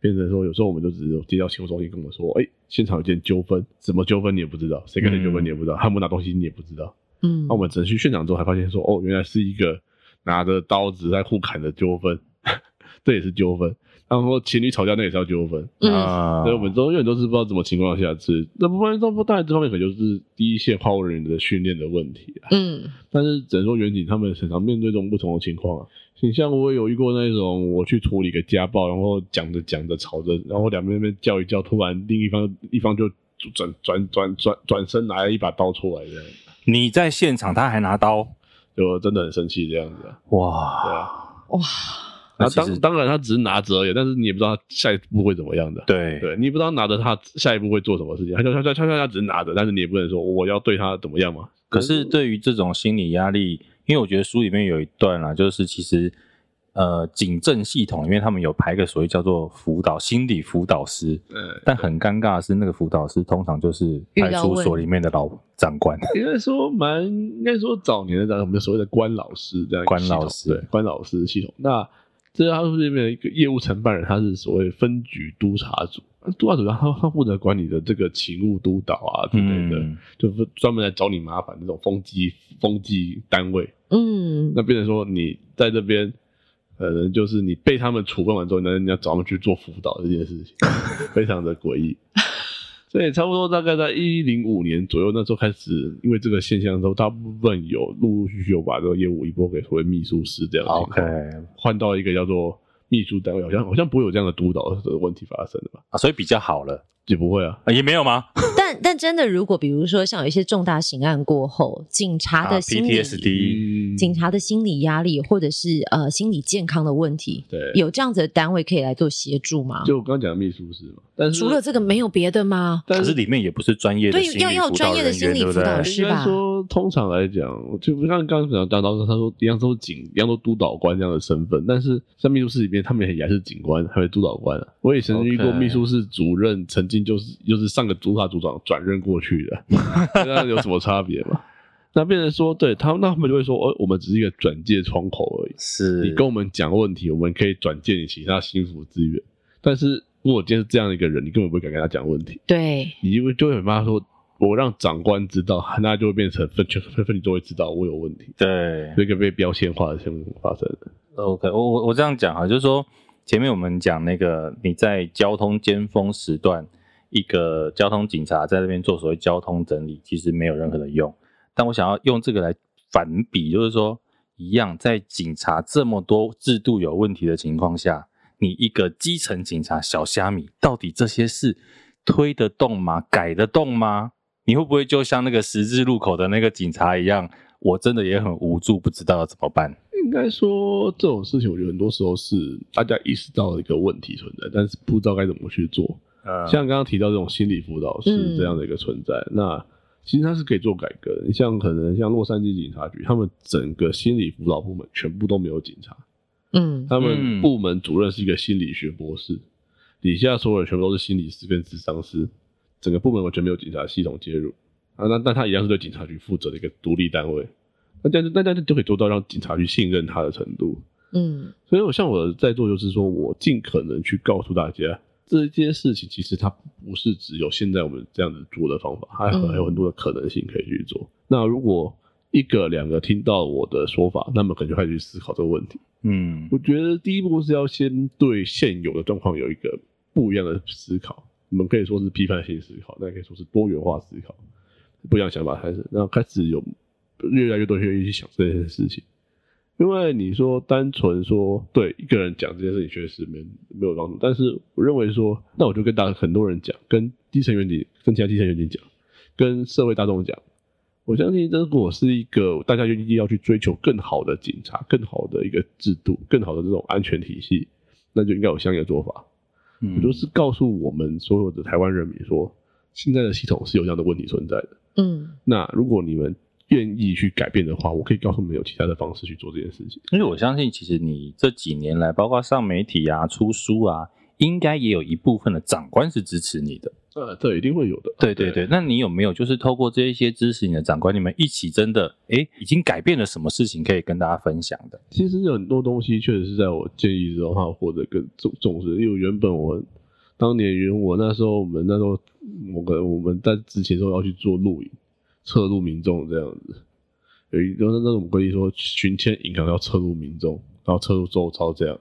Speaker 2: 变成说有时候我们就只有接到新闻中心跟我说，哎、现场有件纠纷，什么纠纷你也不知道，谁跟谁纠纷你也不知道，他们拿东西你也不知道。
Speaker 1: 嗯
Speaker 3: 哦
Speaker 2: 那我们只能去现场之后才发现说，哦，原来是一个拿着刀子在互砍的纠纷， 这也是纠纷。然后情侣吵架那也是要纠纷，
Speaker 1: 嗯
Speaker 3: 啊
Speaker 2: 所以我们都永远都是不知道什么情况下吃。那不然，这不当然这方面可能就是第一线跨务人员的训练的问题啊。
Speaker 1: 嗯
Speaker 2: 但是只能说远景他们很常面对这种不同的情况啊。你像我也有遇过那种，我去处理个家暴，然后讲着讲着吵着，然后两边边叫一叫，突然另一方一方就转转转转转身拿了一把刀出来这样。
Speaker 3: 你在现场，他还拿刀，
Speaker 2: 就真的很生气这样子、啊，对
Speaker 3: 哇，
Speaker 2: 啊。
Speaker 1: 哇，
Speaker 2: 那
Speaker 3: 那其
Speaker 2: 当
Speaker 3: 实
Speaker 2: 当然他只是拿着而已，但是你也不知道他下一步会怎么样的。
Speaker 3: 对
Speaker 2: 对，你也不知道拿着他下一步会做什么事情，他就他他他他他只是拿着，但是你也不能说我要对他怎么样嘛。
Speaker 3: 可是对于这种心理压力，因为我觉得书里面有一段啦，就是其实呃警政系统，因为他们有排一个所谓叫做辅导心理辅导师，
Speaker 2: 嗯，
Speaker 3: 但很尴尬的是，那个辅导师通常就是
Speaker 1: 遇到
Speaker 3: 派出所
Speaker 1: 问
Speaker 3: 里面的老长官。
Speaker 2: 应该说蛮，应该说早年的这样我们所谓的关老师这样一个
Speaker 3: 关
Speaker 2: 系统
Speaker 3: 老师
Speaker 2: 对关老师系统。那这他这边有一个业务承办人，他是所谓分局督察组，督察组他他负责管理的这个勤务督导啊之类的，
Speaker 3: 嗯，
Speaker 2: 就是专门来找你麻烦那种风机风机单位。
Speaker 1: 嗯，
Speaker 2: 那变成说你在这边，可能就是你被他们处分完之后，那你要找他们去做辅导这件事情，非常的诡异。 所以差不多大概在一零五年左右，那时候开始，因为这个现象之后，大部分有陆陆续续有把这个业务移拨给所谓秘书室这样的情况
Speaker 3: OK
Speaker 2: 换到一个叫做秘书单位，好像好像不会有这样的督导的问题发生的吧？
Speaker 3: 啊，所以比较好了，
Speaker 2: 也不会啊，
Speaker 3: 啊也没有吗？
Speaker 1: 但但真的，如果比如说像有一些重大刑案过后，警察
Speaker 3: 啊
Speaker 1: 的心理、
Speaker 3: ，PTSD，
Speaker 1: 警察的心理压力，或者是呃心理健康的问题，
Speaker 2: 对，
Speaker 1: 有这样子的单位可以来做协助吗？
Speaker 2: 就我刚刚讲的秘书室嘛，但是
Speaker 1: 除了这个，没有别的吗？
Speaker 2: 但
Speaker 3: 可
Speaker 2: 是
Speaker 3: 是里面也不是专业的
Speaker 1: 对
Speaker 3: 心理
Speaker 1: 要要
Speaker 3: 辅导
Speaker 1: 专业的
Speaker 3: 人
Speaker 1: 心
Speaker 3: 员
Speaker 1: 理
Speaker 3: 对不
Speaker 1: 辅导
Speaker 3: 对
Speaker 1: 师
Speaker 2: 应该
Speaker 1: 吧
Speaker 2: 说，通常来讲，就不像刚刚讲到，当时他说一样都是警，一样都督导官这样的身份，但是在秘书室里面，他们也还是警官，还有督导官、啊。我也曾经遇过
Speaker 3: OK
Speaker 2: 秘书室主任，曾经就是就是上个督察组长转任过去 的，那有什么差别吗？那变成说，对他们，那他们就会说，哦，我们只是一个转介窗口而已。
Speaker 3: 是
Speaker 2: 你跟我们讲问题，我们可以转介你其他心腹资源。但是如果今天是这样的一个人，你根本不会敢跟他讲问题。
Speaker 1: 对，
Speaker 2: 你就会就会很怕说，我让长官知道，那就会变成分全分分你就会知道我有问题，
Speaker 3: 对
Speaker 2: 这个被标签化的现象发生。
Speaker 3: OK，我我我这样讲哈，就是说前面我们讲那个你在交通尖峰时段，一个交通警察在那边做所谓交通整理，其实没有任何的用。但我想要用这个来反比，就是说一样，在警察这么多制度有问题的情况下，你一个基层警察小虾米，到底这些事推得动吗？改得动吗？你会不会就像那个十字路口的那个警察一样，我真的也很无助，不知道要怎么办？
Speaker 2: 应该说这种事情，我觉得很多时候是大家意识到的一个问题存在，但是不知道该怎么去做。
Speaker 3: 呃
Speaker 2: 像刚刚提到这种心理辅导
Speaker 1: 嗯
Speaker 2: 师这样的一个存在，那其实它是可以做改革的。你像可能像洛杉矶警察局，他们整个心理辅导部门全部都没有警察，
Speaker 1: 嗯
Speaker 2: 他
Speaker 3: 嗯
Speaker 2: 们部门主任是一个心理学博士，底下所有人全部都是心理师跟智商师，整个部门完全没有警察系统介入啊。那但他一样是对警察局负责的一个独立单位，那这样就那这样就就可以做到让警察局信任他的程度。
Speaker 1: 嗯
Speaker 2: 所以我像我在做，就是说我尽可能去告诉大家。这件事情其实它不是只有现在我们这样子做的方法，它还
Speaker 1: 嗯
Speaker 2: 还有很多的可能性可以去做。那如果一个两个听到我的说法，那么可能就开始去思考这个问题。
Speaker 3: 嗯
Speaker 2: 我觉得第一步是要先对现有的状况有一个不一样的思考，我们可以说是批判性思考，那也可以说是多元化思考，不一样的想法开始，然后开始有越来越多人愿意去想这件事情。因为你说单纯说对一个人讲这件事情确实没没有帮助，但是我认为说，那我就跟大很多人讲，跟基层员警、跟其他基层员警讲，跟社会大众讲，我相信，如果是一个大家愿意要去追求更好的警察、更好的一个制度、更好的这种安全体系，那就应该有相应的做法。
Speaker 3: 嗯
Speaker 2: 也就是告诉我们所有的台湾人民说，现在的系统是有这样的问题存在的。
Speaker 1: 嗯
Speaker 2: 那如果你们愿意去改变的话，我可以告诉你们有其他的方式去做这件事情。
Speaker 3: 因为我相信，其实你这几年来，包括上媒体啊、出书啊，应该也有一部分的长官是支持你的。
Speaker 2: 呃，这一定会有的。
Speaker 3: 对对对，那你有没有就是透过这一些支持你的长官，你们一起真的诶已经改变了什么事情可以跟大家分享的？
Speaker 2: 其实有很多东西确实是在我建议之后，他获得更重重视。因为原本我当年原我那时候，我们那时候我跟我们在之前都要去做露营，测录民众这样子。有一那那种规定说，巡签银行要测录民众，然后测录周遭这样。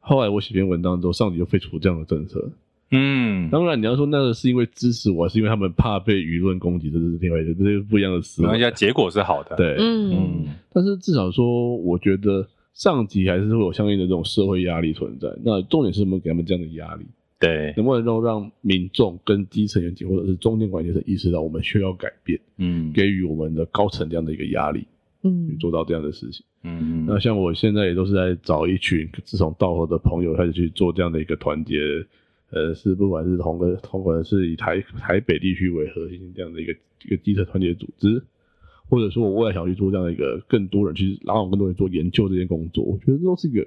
Speaker 2: 后来我写篇文章之后，上级就废除这样的政策。
Speaker 3: 嗯，
Speaker 2: 当然，你要说那个是因为支持我，还是因为他们怕被舆论攻击，这是另外一个，这是不一样的思
Speaker 3: 没关
Speaker 2: 维
Speaker 3: 系啊，。结果是好的。，
Speaker 2: 对，
Speaker 1: 嗯
Speaker 3: 嗯，
Speaker 2: 但是至少说，我觉得上级还是会有相应的这种社会压力存在。那重点是能不能给他们这样的压力，
Speaker 3: 对，
Speaker 2: 能不能够让民众跟基层员警或者是中间管理层意识到我们需要改变，
Speaker 3: 嗯，
Speaker 2: 给予我们的高层这样的一个压力。
Speaker 1: 嗯
Speaker 2: 去做到这样的事情。
Speaker 3: 嗯
Speaker 2: 那像我现在也都是在找一群志同道合的朋友开始去做这样的一个团结，呃，是不管是同个同管是以台台北地区为核心这样的一个一个基层团结组织，或者说我未来想去做这样的一个更多人去拉拢更多人做研究这件工作，我觉得这都是一个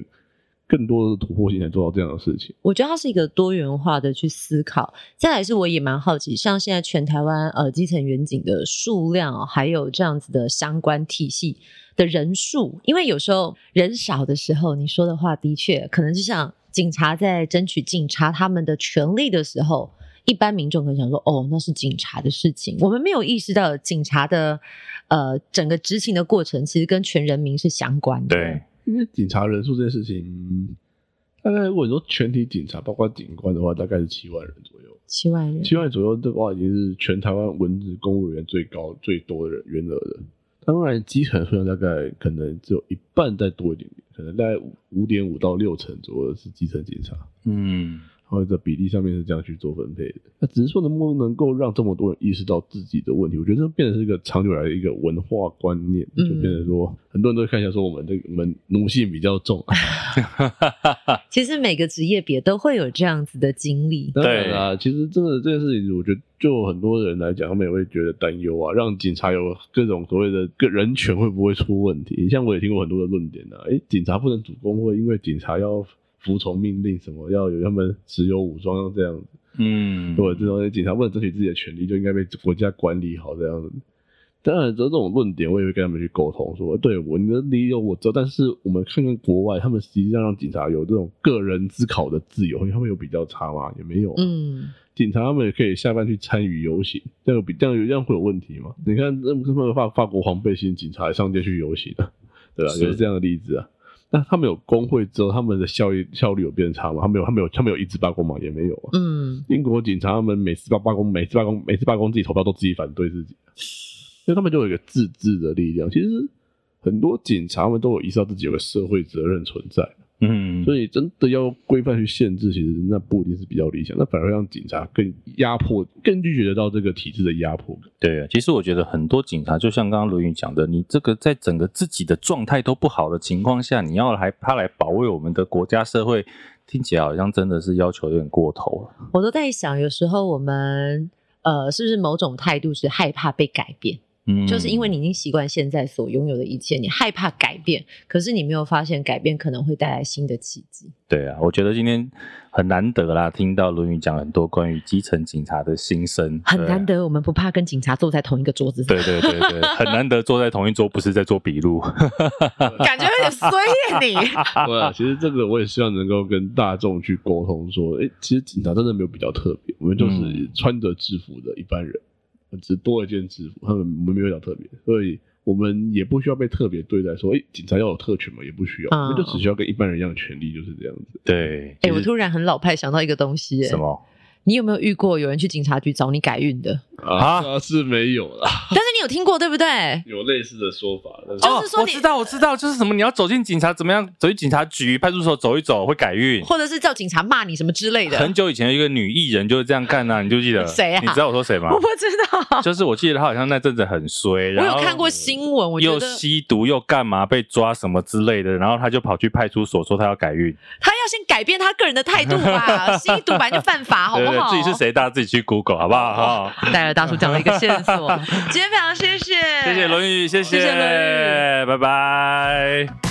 Speaker 2: 更多的突破性才做到这样的事情。
Speaker 1: 我觉得它是一个多元化的去思考。再来是，我也蛮好奇，像现在全台湾呃基层远景的数量、哦还有这样子的相关体系的人数，因为有时候人少的时候，你说的话的确可能就像警察在争取警察他们的权利的时候。一般民众可能想说，哦，那是警察的事情。我们没有意识到警察的，呃，整个执行的过程其实跟全人民是相关的。
Speaker 3: 对，
Speaker 2: 因为警察人数这件事情，大概如果你说全体警察包括警官的话，大概是七万人左右。
Speaker 1: 七万人，
Speaker 2: 七万左右的话，已经是全台湾文职公务人员最高最多的人员额了。当然，基层数量大概可能只有一半再多一点点，可能大概五五点五到六成左右是基层警察，
Speaker 3: 嗯
Speaker 2: 或者比例上面是这样去做分配的。那只是说能不能够让这么多人意识到自己的问题，我觉得这变成是一个长久以来的一个文化观念，就
Speaker 1: 嗯
Speaker 2: 变成说很多人都会看一下说我们这个我们奴性比较重，
Speaker 1: 其实每个职业别都会有这样子的经历。
Speaker 2: 当然啦、其实真的这件事情，我觉得就很多人来讲，他们也会觉得担忧啊，让警察有各种所谓的个人权会不会出问题？像我也听过很多的论点啊，诶，警察不能主攻会，因为警察要服从命令，什么要有他们持有武装这样子，
Speaker 3: 嗯，
Speaker 2: 或者这种警察为了争取自己的权利，就应该被国家管理好这样子。当然，这种论点我也会跟他们去沟通，说对我你的理由我知道，但是我们看看国外，他们实际上让警察有这种个人思考的自由，因为他们有比较差吗？也没有啊、
Speaker 1: 嗯，
Speaker 2: 警察他们也可以下班去参与游行，这样有比这样有这样会有问题吗？你看，那他们法法国黄背心警察也上街去游行啊， 对吧、
Speaker 3: 是
Speaker 2: 有这样的例子啊。那他们有工会之后，他们的效益效率有变差吗？他们有，他们有，他们有一直罢工吗？也没有啊。
Speaker 1: 嗯，
Speaker 2: 英国警察他们每次罢罢工，每次罢工，每次罢工自己投票都自己反对自己，所以他们就有一个自治的力量。其实很多警察们都有意识到自己有个社会责任存在。
Speaker 3: 嗯，
Speaker 2: 所以真的要规范去限制，其实那不一定是比较理想，那反而会让警察更压迫，更拒绝得到这个体制的压迫感。
Speaker 3: 对，其实我觉得很多警察，就像刚刚罗云讲的，你这个在整个自己的状态都不好的情况下，你要来他来保卫我们的国家社会，听起来好像真的是要求有点过头了。
Speaker 1: 我都在想，有时候我们呃，是不是某种态度是害怕被改变？
Speaker 3: 嗯，
Speaker 1: 就是因为你已经习惯现在所拥有的一切，你害怕改变，可是你没有发现改变可能会带来新的奇迹。
Speaker 3: 对啊，我觉得今天很难得啦，听到罗云讲很多关于基层警察的心声，
Speaker 1: 很难
Speaker 3: 得。
Speaker 1: 得，我们不怕跟警察坐在同一个桌子上，
Speaker 3: 对对对对，很难得坐在同一桌，不是在做笔录。
Speaker 1: 感觉有点衰 耶你。
Speaker 2: 对啊，其实这个我也希望能够跟大众去沟通说，诶，其实警察真的没有比较特别，我们就是
Speaker 3: 嗯
Speaker 2: 穿着制服的一般人，只多了一件制服，他们我们没有比较特别，所以我们也不需要被特别对待，说，诶，警察要有特权嘛，也不需要，
Speaker 1: 嗯
Speaker 2: 我们就只需要跟一般人一样的权利，就是这样子。
Speaker 3: 对，
Speaker 1: 哎、
Speaker 3: 其实
Speaker 1: 我突然很老派，想到一个东西耶、
Speaker 3: 什么？
Speaker 1: 你有没有遇过有人去警察局找你改运的？
Speaker 3: 啊
Speaker 2: 啊，是没有啦，
Speaker 1: 但是你有听过对不对？
Speaker 2: 有类似的说法，但是
Speaker 1: 就是说
Speaker 3: 哦、我
Speaker 1: 你
Speaker 3: 知道，我知道，就是什么，你要走进警察怎么样？走进警察局、派出所走一走，会改运。
Speaker 1: 或者是叫警察骂你什么之类的？
Speaker 3: 很久以前有一个女艺人就是这样干呐、你就记得
Speaker 1: 谁啊
Speaker 3: 你知道我说谁吗
Speaker 1: 我？不知道，
Speaker 3: 就是我记得她好像那阵子很衰，
Speaker 1: 我
Speaker 3: 然
Speaker 1: 有
Speaker 3: 后
Speaker 1: 看过新闻，我觉
Speaker 3: 又
Speaker 1: 得
Speaker 3: 吸毒又干嘛被抓什么之类的，然后她就跑去派出所说她要改运，
Speaker 1: 他要先改变他个人的态度 吧，吸毒本来就犯法，好
Speaker 3: 对
Speaker 1: 不
Speaker 3: 对
Speaker 1: 好？
Speaker 3: 对，自己是？谁大家自己去 Google 好不好？哈
Speaker 1: 戴尔大叔讲了一个线 索，今天非常谢谢，
Speaker 3: 谢谢。论语，谢
Speaker 1: 谢谢论
Speaker 3: 谢拜拜。